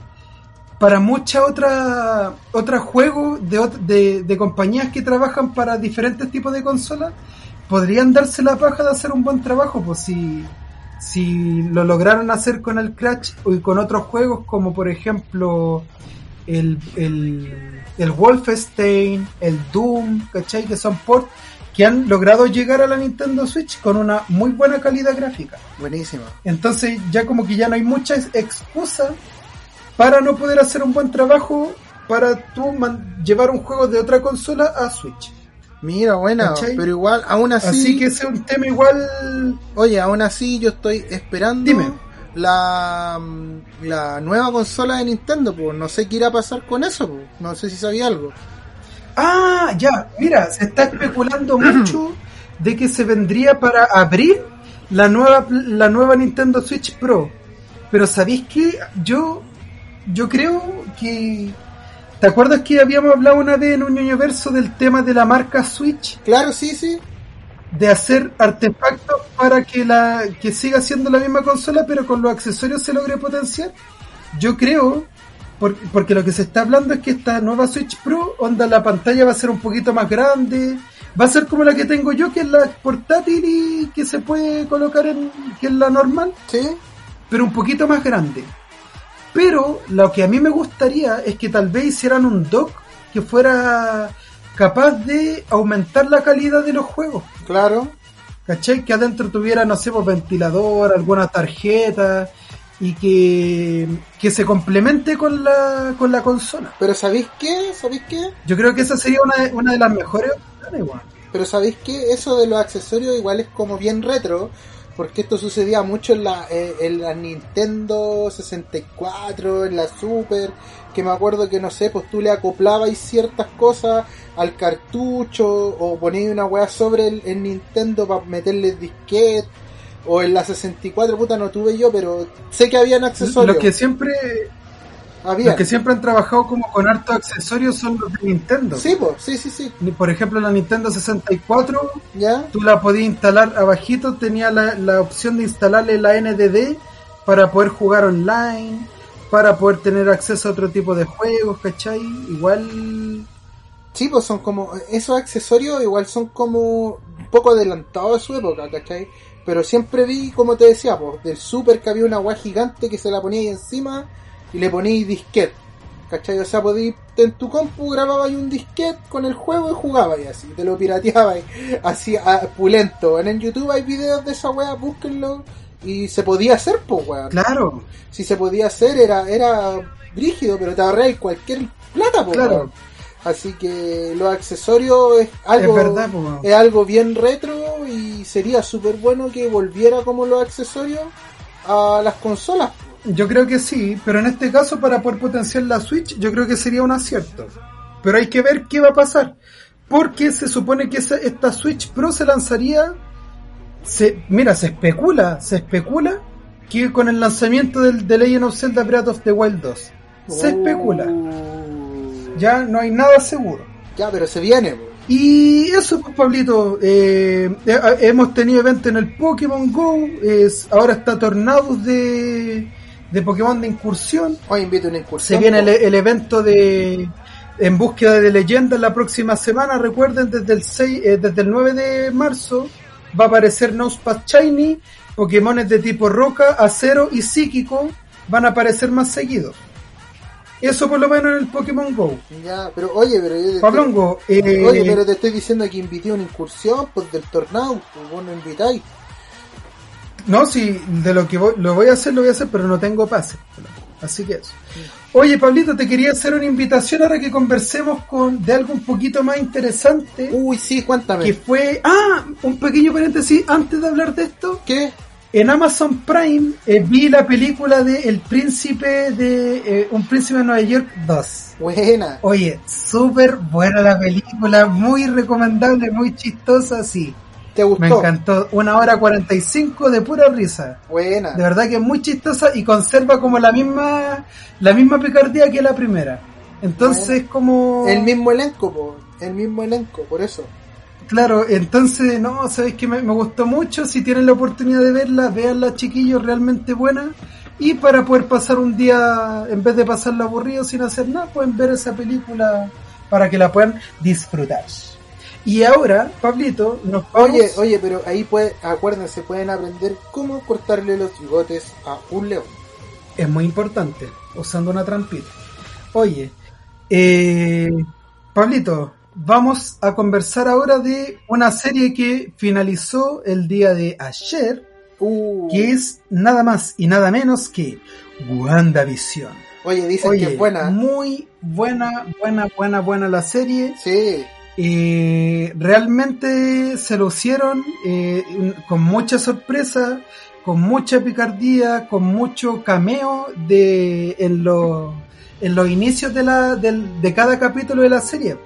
para muchas otras otros juegos de, ot- de, de compañías que trabajan para diferentes tipos de consolas podrían darse la paja de hacer un buen trabajo pues si si lo lograron hacer con el Crash y con otros juegos como por ejemplo el, el, el Wolfenstein, el Doom, ¿cachai? Que son ports que han logrado llegar a la Nintendo Switch con una muy buena calidad gráfica. Buenísimo. Entonces ya como que ya no hay muchas excusas para no poder hacer un buen trabajo para tú man- llevar un juego de otra consola a Switch. Mira, buena, ¿Cachai? pero igual, aún así, Así que ese es un tema igual... oye, aún así yo estoy esperando Dime. La, mm, la nueva consola de Nintendo, pues no sé qué irá a pasar con eso, pues. no sé si sabía algo. Ah, ya, mira, se está especulando mucho de que se vendría para abril la nueva, la nueva Nintendo Switch Pro. Pero ¿sabéis que Yo, yo creo que... ¿Te acuerdas que habíamos hablado una vez en un universo del tema de la marca Switch? Claro, sí, sí. De hacer artefactos para que, la, que siga siendo la misma consola, pero con los accesorios se logre potenciar. Yo creo, por- porque lo que se está hablando es que esta nueva Switch Pro, onda, la pantalla va a ser un poquito más grande, va a ser como la que tengo yo, que es la portátil y que se puede colocar en, que es la normal, Sí. pero un poquito más grande. Pero lo que a mí me gustaría es que tal vez hicieran un dock que fuera capaz de aumentar la calidad de los juegos. Claro. ¿Cachai? Que adentro tuviera, no sé, pues, ventilador, alguna tarjeta y que, que se complemente con la, con la consola. Pero ¿sabéis qué? ¿Sabéis qué? Yo creo que esa sería una de, una de las mejores opciones, weón. Pero ¿sabéis qué? Eso de los accesorios igual es como bien retro. Porque esto sucedía mucho en la, eh, en la Nintendo 64, en la Super. Que me acuerdo que, no sé, pues tú le acoplabas ciertas cosas al cartucho. O ponías una weá sobre el, el Nintendo para meterle disquete. O en la 64, puta, no tuve yo, pero sé que habían Los accesorios. que siempre, Habían. los que siempre han trabajado como con hartos accesorios son los de Nintendo. Sí, pues, sí, sí, sí. Por ejemplo, la Nintendo 64, ¿Ya? tú la podías instalar abajito, tenía la, la opción de instalarle la NDD para poder jugar online, para poder tener acceso a otro tipo de juegos, ¿cachai? Igual... Sí, pues son como. Esos accesorios igual son como. Un poco adelantados de su época, ¿cachai? Pero siempre vi, como te decía, pues, del super que había una weá gigante que se la ponía ahí encima y le poníais disquete. ¿cachai? O sea, podíais en tu compu grababais un disquete con el juego y jugabais así, te lo pirateabais así a, pulento. En YouTube hay videos de esa weá, búsquenlo. Y se podía hacer, pues, weón. Claro, si se podía hacer era era rígido pero te ahorré cualquier plata po, Claro. weón. así que los accesorios es es algo verdad, po, weón. es algo bien retro y sería súper bueno que volviera como los accesorios a las consolas po. Yo creo que sí, pero en este caso para poder potenciar la Switch yo creo que sería un acierto. Pero hay que ver qué va a pasar. Porque se supone que esa- esta Switch Pro se lanzaría... Se, mira, se especula, se especula que con el lanzamiento del The Legend of Zelda Breath of the Wild 2. Se especula. Oh. Uh, Ya no hay nada seguro. ya pero se viene po. Y eso, pues, Pablito. eh, eh, hemos tenido eventos en el Pokémon Go. es- ahora está Tornados de, de Pokémon de incursión. hoy invito a una incursión Se viene el, po. el evento de En búsqueda de leyendas la próxima semana. Recuerden, desde el, 6, eh, desde el 9 de marzo va a aparecer Nosepath Shiny. Pokémones de tipo roca, acero y psíquico van a aparecer más seguidos. Eso por lo menos en el Pokémon Go. ya pero oye pero yo te- Pablongo, e- eh, Oye, pero te estoy diciendo que invité a una incursión pues del tornado, pues vos no invitáis. No, sí, de lo que voy, lo voy a hacer, lo voy a hacer, pero no tengo pase. Así que eso. Oye, Pablito, te quería hacer una invitación ahora que conversemos con de algo un poquito más interesante, Uy, sí, cuéntame. que fue, ah, un pequeño paréntesis antes de hablar de esto. ¿Qué? En Amazon Prime eh, vi la película de El Príncipe de eh, Un Príncipe de Nueva York 2. Buena. Oye, súper buena la película, muy recomendable, muy chistosa, sí. ¿Te gustó? Me encantó. Una hora 45 de pura risa. Buena. De verdad que es muy chistosa y conserva como la misma la misma picardía que la primera. Entonces como El mismo elenco, po. El mismo elenco, por eso. claro, entonces no, sabéis que me, me gustó mucho, si tienen la oportunidad de verla, veanla chiquillos, realmente buena. Y para poder pasar un día, en vez de pasarla aburrido sin hacer nada, pueden ver esa película para que la puedan disfrutar. Y ahora, Pablito, nos Oye, vamos- oye, pero ahí puede, acuérdense, pueden aprender cómo cortarle los bigotes a un león. es muy importante, usando una trampita. Oye, eh, Pablito, vamos a conversar ahora de una serie que finalizó el día de ayer, Uh, que es nada más y nada menos que WandaVision. Oye, dicen Oye, que es buena. muy buena, buena, buena, buena la serie. Sí, Eh, realmente se lucieron eh, con mucha sorpresa, con mucha picardía, con mucho cameo de, en, los en los inicios de, la, del- de cada capítulo de la serie.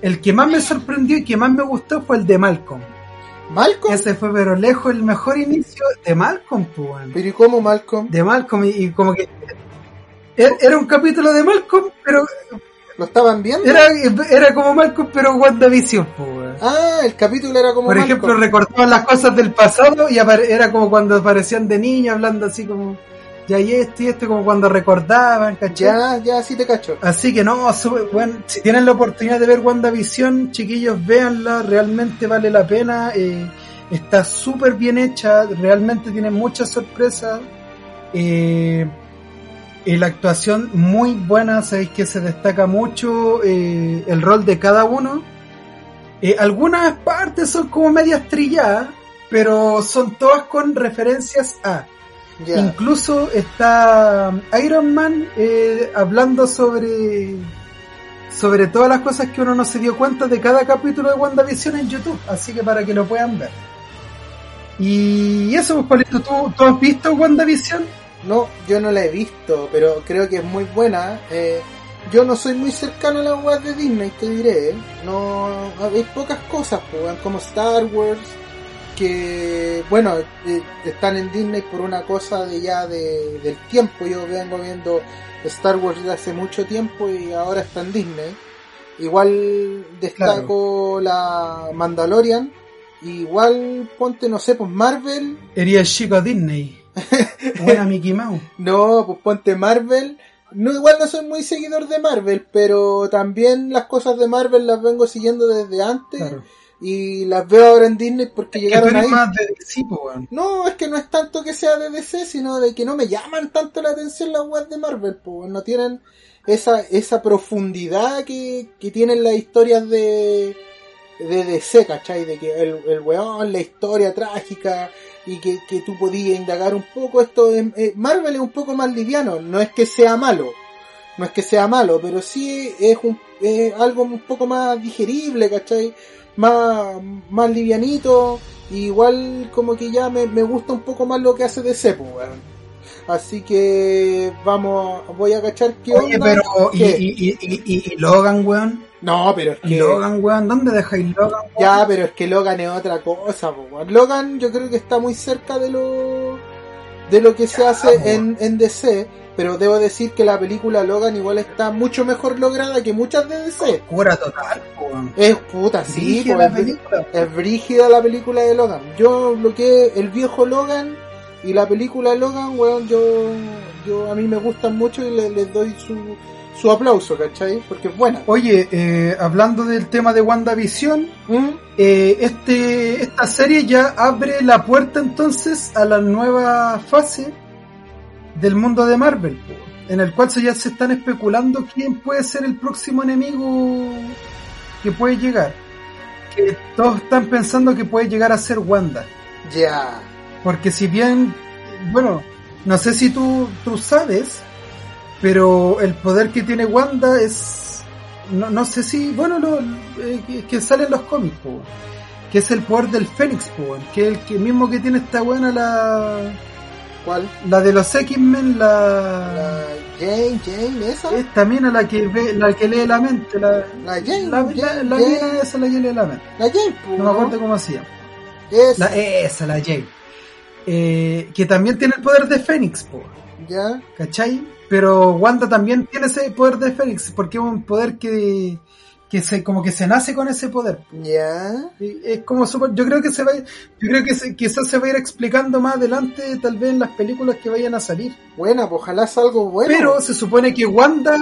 El que más me sorprendió y que más me gustó fue el de Malcolm. ¿Malcolm? Ese fue, pero lejos, el mejor inicio de Malcolm, pues, weón. ¿Pero y cómo Malcolm? De Malcolm, y, y como que. er- Era un capítulo de Malcolm, pero. ¿Lo estaban viendo? Era, era como Malcolm, pero WandaVision, pues, weón. Ah, el capítulo era como Por Malcolm. ejemplo, recortaban las cosas del pasado y apare- era como cuando aparecían de niño hablando así como, ya y esto y esto, como cuando recordaban, ¿cachai? Ya, ya, sí te cacho. Así que no, sube- bueno, si tienen la oportunidad de ver WandaVision, chiquillos, véanla, realmente vale la pena, eh, está súper bien hecha, realmente tiene muchas sorpresas, eh, y la actuación muy buena, sabéis que se destaca mucho eh, el rol de cada uno. Eh, algunas partes son como medias trilladas, pero son todas con referencias a. Ya. Incluso está um, Iron Man eh, hablando sobre sobre todas las cosas que uno no se dio cuenta de cada capítulo de WandaVision en YouTube, así que para que lo puedan ver. Y eso, pues, Pablito, ¿tú, tú has visto WandaVision? No, yo no la he visto, pero creo que es muy buena. Eh, yo no soy muy cercano a las weas de Disney, te diré. No, hay pocas cosas, pues, weón, como Star Wars, que, bueno, eh, están en Disney por una cosa de ya de, del tiempo. Yo vengo viendo Star Wars desde hace mucho tiempo y ahora está en Disney. Igual destaco la Mandalorian. Igual ponte, no sé, pues Marvel, Sería el chico Disney. Buena Mickey Mouse. No, pues ponte Marvel. No, igual no soy muy seguidor de Marvel, pero también las cosas de Marvel las vengo siguiendo desde antes Claro. y las veo ahora en Disney Que porque tú llegaron eres ahí. más de sí, pues, weón. No, es que no es tanto que sea de DC, sino de que no me llaman tanto la atención las webs de Marvel, pues no tienen esa, esa profundidad que, que tienen las historias de, de DC, ¿cachai? De que el, el weón, la historia trágica y que, que tú podías indagar un poco esto. es- eh, Marvel es un poco más liviano, no es que sea malo, no es que sea malo, pero sí es, un, es algo un poco más digerible, ¿cachai? Más, más livianito, y igual como que ya me, me gusta un poco más lo que hace DC, pues, weón. Así que vamos, voy a cachar qué Oye, onda. pero, y, ¿Qué? y, y, y- y- y Logan, weón. No, pero es ¿Y que... Logan, weón. ¿Dónde dejáis Logan, weón? Ya, pero es que Logan es otra cosa, po, weón. Logan yo creo que está muy cerca de lo de lo que se hace en, en DC, pero debo decir que la película Logan igual está mucho mejor lograda que muchas de DC. Cura total, pues, weón. Es puta, sí, Dirige po, la es, br- película. es brígida la película de Logan. Yo bloqueé el viejo Logan y la película Logan, weón, yo, yo a mí me gustan mucho y le- les doy su, su aplauso, ¿cachai? Porque es buena. Oye, eh, hablando del tema de WandaVision, ¿Mm? eh, este, esta serie ya abre la puerta entonces a la nueva fase del mundo de Marvel, en el cual se- ya se están especulando quién puede ser el próximo enemigo que puede llegar. Que todos están pensando que puede llegar a ser Wanda. Ya. Porque si bien, bueno, no sé si tú, tú sabes, pero el poder que tiene Wanda es, no, no sé si, bueno, lo, eh, que- que sale en los cómics, po, weón. que es el poder del Fénix, po, weón, que es el que mismo que tiene esta buena la, ¿Cuál? la de los X-Men, la, La Jane, Jane, esa. es también a la que ve, la que lee la mente, la, La Jane, la, la, la, la Jane, mina esa la que lee la mente, la Jane, pues, no me acuerdo cómo se llama. Esa, La, esa, la Jane. Eh, que también tiene el poder de Fénix, po. ya, ¿cachai? Pero Wanda también tiene ese poder de Fénix, porque es un poder que, que se, como que se nace con ese poder. ya. Y Es como super, yo creo que se va, yo creo que se- quizás se va a ir explicando más adelante, tal vez en las películas que vayan a salir. Buena, pues ojalá sea algo bueno. Pero se supone que Wanda,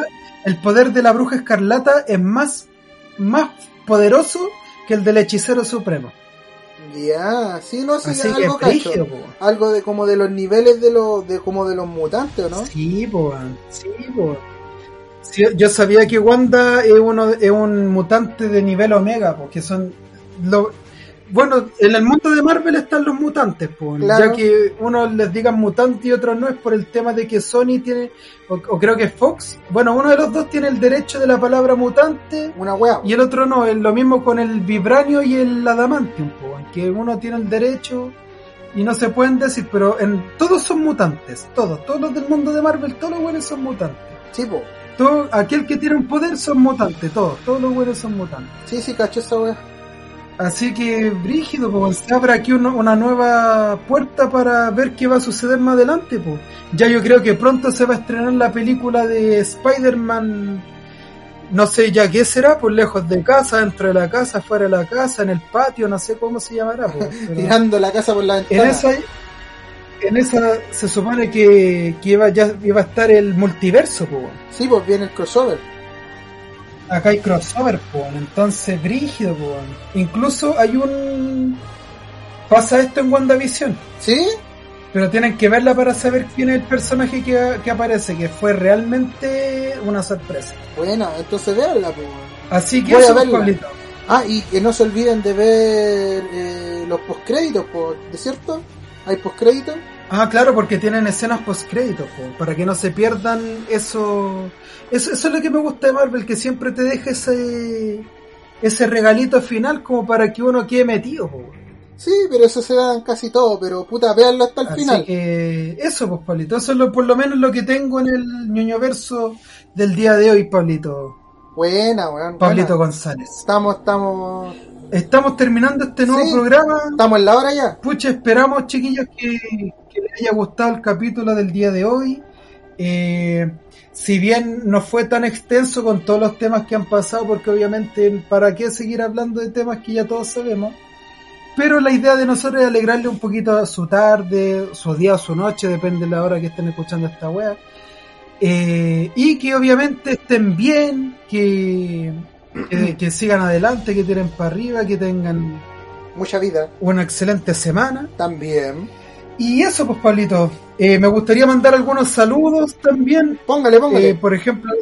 el poder de la bruja escarlata es más, más poderoso que el del hechicero supremo. Ya, sí, no, sí, Así que algo es cacho. brígido, po. Algo de como de los niveles de los, de como de los mutantes, ¿o ¿no? Sí, po, weón. sí, po. weón. Sí, yo sabía que Wanda es uno es un mutante de nivel omega, porque son lo- bueno, en el mundo de Marvel están los mutantes, po, Claro. ya que unos les digan mutante y otros no es por el tema de que Sony tiene o, o creo que Fox, bueno, uno de los dos tiene el derecho de la palabra mutante Una wea. y el otro no, es lo mismo con el vibranio y el adamantium, po, que uno tiene el derecho y no se pueden decir, pero en todos son mutantes, todos, todos los del mundo de Marvel, todos los buenos son mutantes. Sí, pues. po. Todo aquel que tiene un poder son mutantes, todos, todos los buenos son mutantes. Sí, sí, cacho esa wea. Así que, Brígido, pues, se abre aquí uno, una nueva puerta para ver qué va a suceder más adelante. Pues. Ya yo creo que pronto se va a estrenar la película de Spider-Man. No sé ya qué será, pues lejos de casa, dentro de la casa, fuera de la casa, en el patio, no sé cómo se llamará. Pues, pero... Tirando la casa por la ventana. En esa, en esa se supone que, que iba, ya iba a estar el multiverso. Pues. Sí, pues viene el crossover acá hay crossover, pues, entonces brígido, pues. Incluso hay un pasa esto en WandaVision. ¿Sí? Pero tienen que verla para saber quién es el personaje que, que aparece, que fue realmente una sorpresa. Bueno, entonces veanla, pues. Así que Voy eso, a verla. Pablito. Ah, y que no se olviden de ver eh, los postcréditos, pues, ¿de cierto? ¿Hay postcréditos? Ah, claro, porque tienen escenas post-créditos, para que no se pierdan eso, eso. Eso es lo que me gusta de Marvel, que siempre te deja ese, ese regalito final como para que uno quede metido. Po. Sí, pero eso se da en casi todo, pero puta, veanlo hasta el Así final. Que eso, pues, Pablito, eso es lo, por lo menos lo que tengo en el ñoño verso del día de hoy, Pablito. Buena, weón. Pablito buena. González. Estamos, estamos. Estamos terminando este nuevo sí, programa. Estamos en la hora ya. Pucha, esperamos, chiquillos, que, que les haya gustado el capítulo del día de hoy. Eh, si bien no fue tan extenso con todos los temas que han pasado, porque obviamente, ¿para qué seguir hablando de temas que ya todos sabemos? Pero la idea de nosotros es alegrarle un poquito a su tarde, su día o su noche, depende de la hora que estén escuchando esta wea. Eh, y que obviamente estén bien, que, que, que sigan adelante, que tiren para arriba, que tengan mucha vida, una excelente semana. También. Y eso, pues, Pablito. Eh, me gustaría mandar algunos saludos también. Póngale, póngale. Eh, por ejemplo,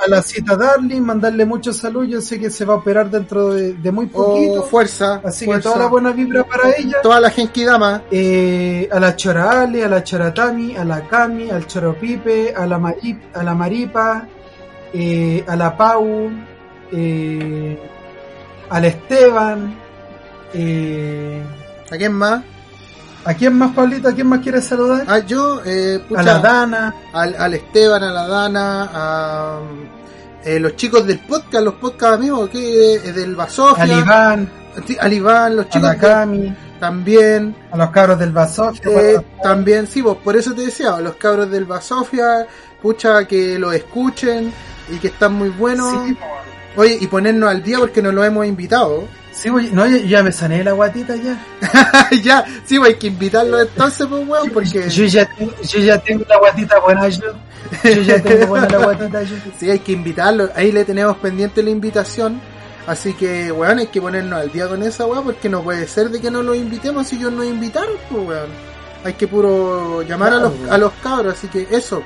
a, a, la cita Darling, mandarle mucho salud. Yo sé que se va a operar dentro de, de muy poquito. Oh, fuerza. Así fuerza. que toda la buena vibra para ella. Toda la genkidama. Eh, a la Chora Ale, a la Choratami, a la Cami, al Choropipe, a la, Marip, a la Maripa, eh, a la Pau, eh, al Esteban. eh, ¿A quién más? ¿A quién más, Pablito? ¿A quién más quieres saludar? Ah, yo, eh, pucha, a la Dana. Al, al, Esteban, a la Dana, a eh, los chicos del podcast, los podcast amigos que eh, del Basofia. Al Iván. Al Iván, los chicos. A la Cami. De, también. A los cabros del Basofia. Eh, también, sí, vos, por eso te decía, a los cabros del Basofia, pucha, que lo escuchen y que están muy buenos. Sí, Oye, y ponernos al día porque nos lo hemos invitado. Sí, wey, no, ya me sané la guatita ya. ya, sí, wey, hay que invitarlo entonces, pues, weón, porque... Yo ya, tengo, yo ya tengo la guatita buena yo. Yo ya tengo buena la guatita yo. Sí, hay que invitarlo. Ahí le tenemos pendiente la invitación. Así que, weón, hay que ponernos al día con esa, weón, porque no puede ser de que no los invitemos si ellos nos invitaron, pues, weón. Hay que puro llamar claro, a, los, weón. a los cabros, así que eso.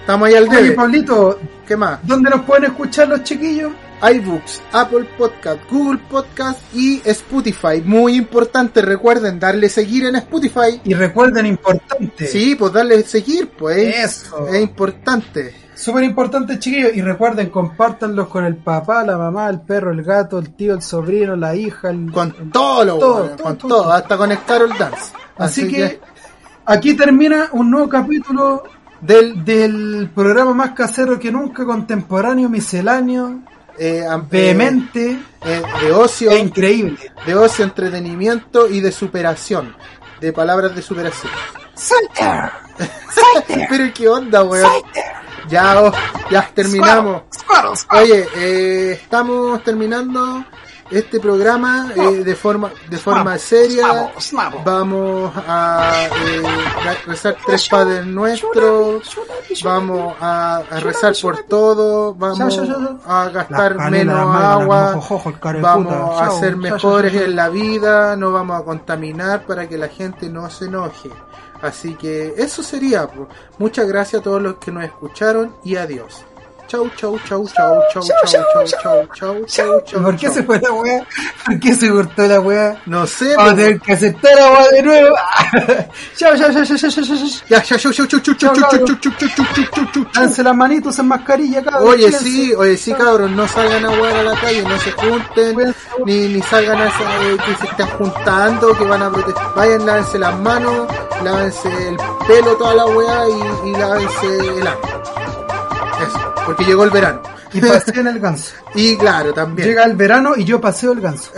Estamos ahí al día. Oye, Pablito, ¿qué más? ¿Dónde nos pueden escuchar los chiquillos? iBooks, Apple Podcast, Google Podcast y Spotify. Muy importante, recuerden darle seguir en Spotify. Y recuerden, importante. Sí, pues darle seguir, pues. Eso. Es importante. Súper importante, chiquillos. Y recuerden, compártanlos con el papá, la mamá, el perro, el gato, el tío, el sobrino, la hija. El, con el, todo lo todo, bueno, todo, con todo, todo, hasta con el Carol Dance. Así, Así que, que aquí termina un nuevo capítulo. Del, del programa más casero que nunca, contemporáneo, misceláneo, eh, vehemente, eh, de ocio, e increíble, de ocio, entretenimiento y de superación, de palabras de superación. Solter, Pero qué onda, weón. Ya, oh, ya terminamos. Squirtle, squirtle, squirtle. Oye, eh, estamos terminando este programa de forma de forma seria. Vamos a rezar tres padres nuestros. Vamos a, a, rezar por todo, vamos a gastar menos agua, vamos a ser mejores en la vida, no vamos a contaminar para que la gente no se enoje. Así que eso sería. Muchas gracias a todos los que nos escucharon y adiós. Chau, chau, chau, chau, chau, chau, chau, chau, chau, chau, chau. ¿Por qué se fue Ah, la weá? ¿Por qué se cortó la weá? No sé. Vamos a tener que aceptar la weá de nuevo. Chau, chau, chau, chau, chau, chau, chau. Ya, chau, chau, chau, chau, chau, chau, chau, chau, chau, chau, chau, Danse las manitos en mascarilla, cabrón. Oye, sí, oye, sí, cabrón. No salgan a weá a la calle, no se junten, ni, ni salgan a eh, que se están juntando, que van a protestar. Vayan, lávense las manos, lávense el pelo, toda la weá y, y lávense el agua porque llegó el verano. Y pasean el ganso. y claro, también. Llega el verano y yo paseo el ganso.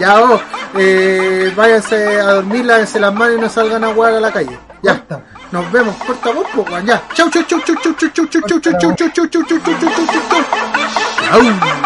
Ya vos, eh, váyanse a dormir, lávense las manos y no salgan a jugar a la calle. Ya está. Nos vemos, corta vos, po, weón, ya. Chau, chau, chau, chau, chau, chau, chau, chau, chau, chau, chau, chau, chau, chau, chau, chau, chau, chau, chau. Chau.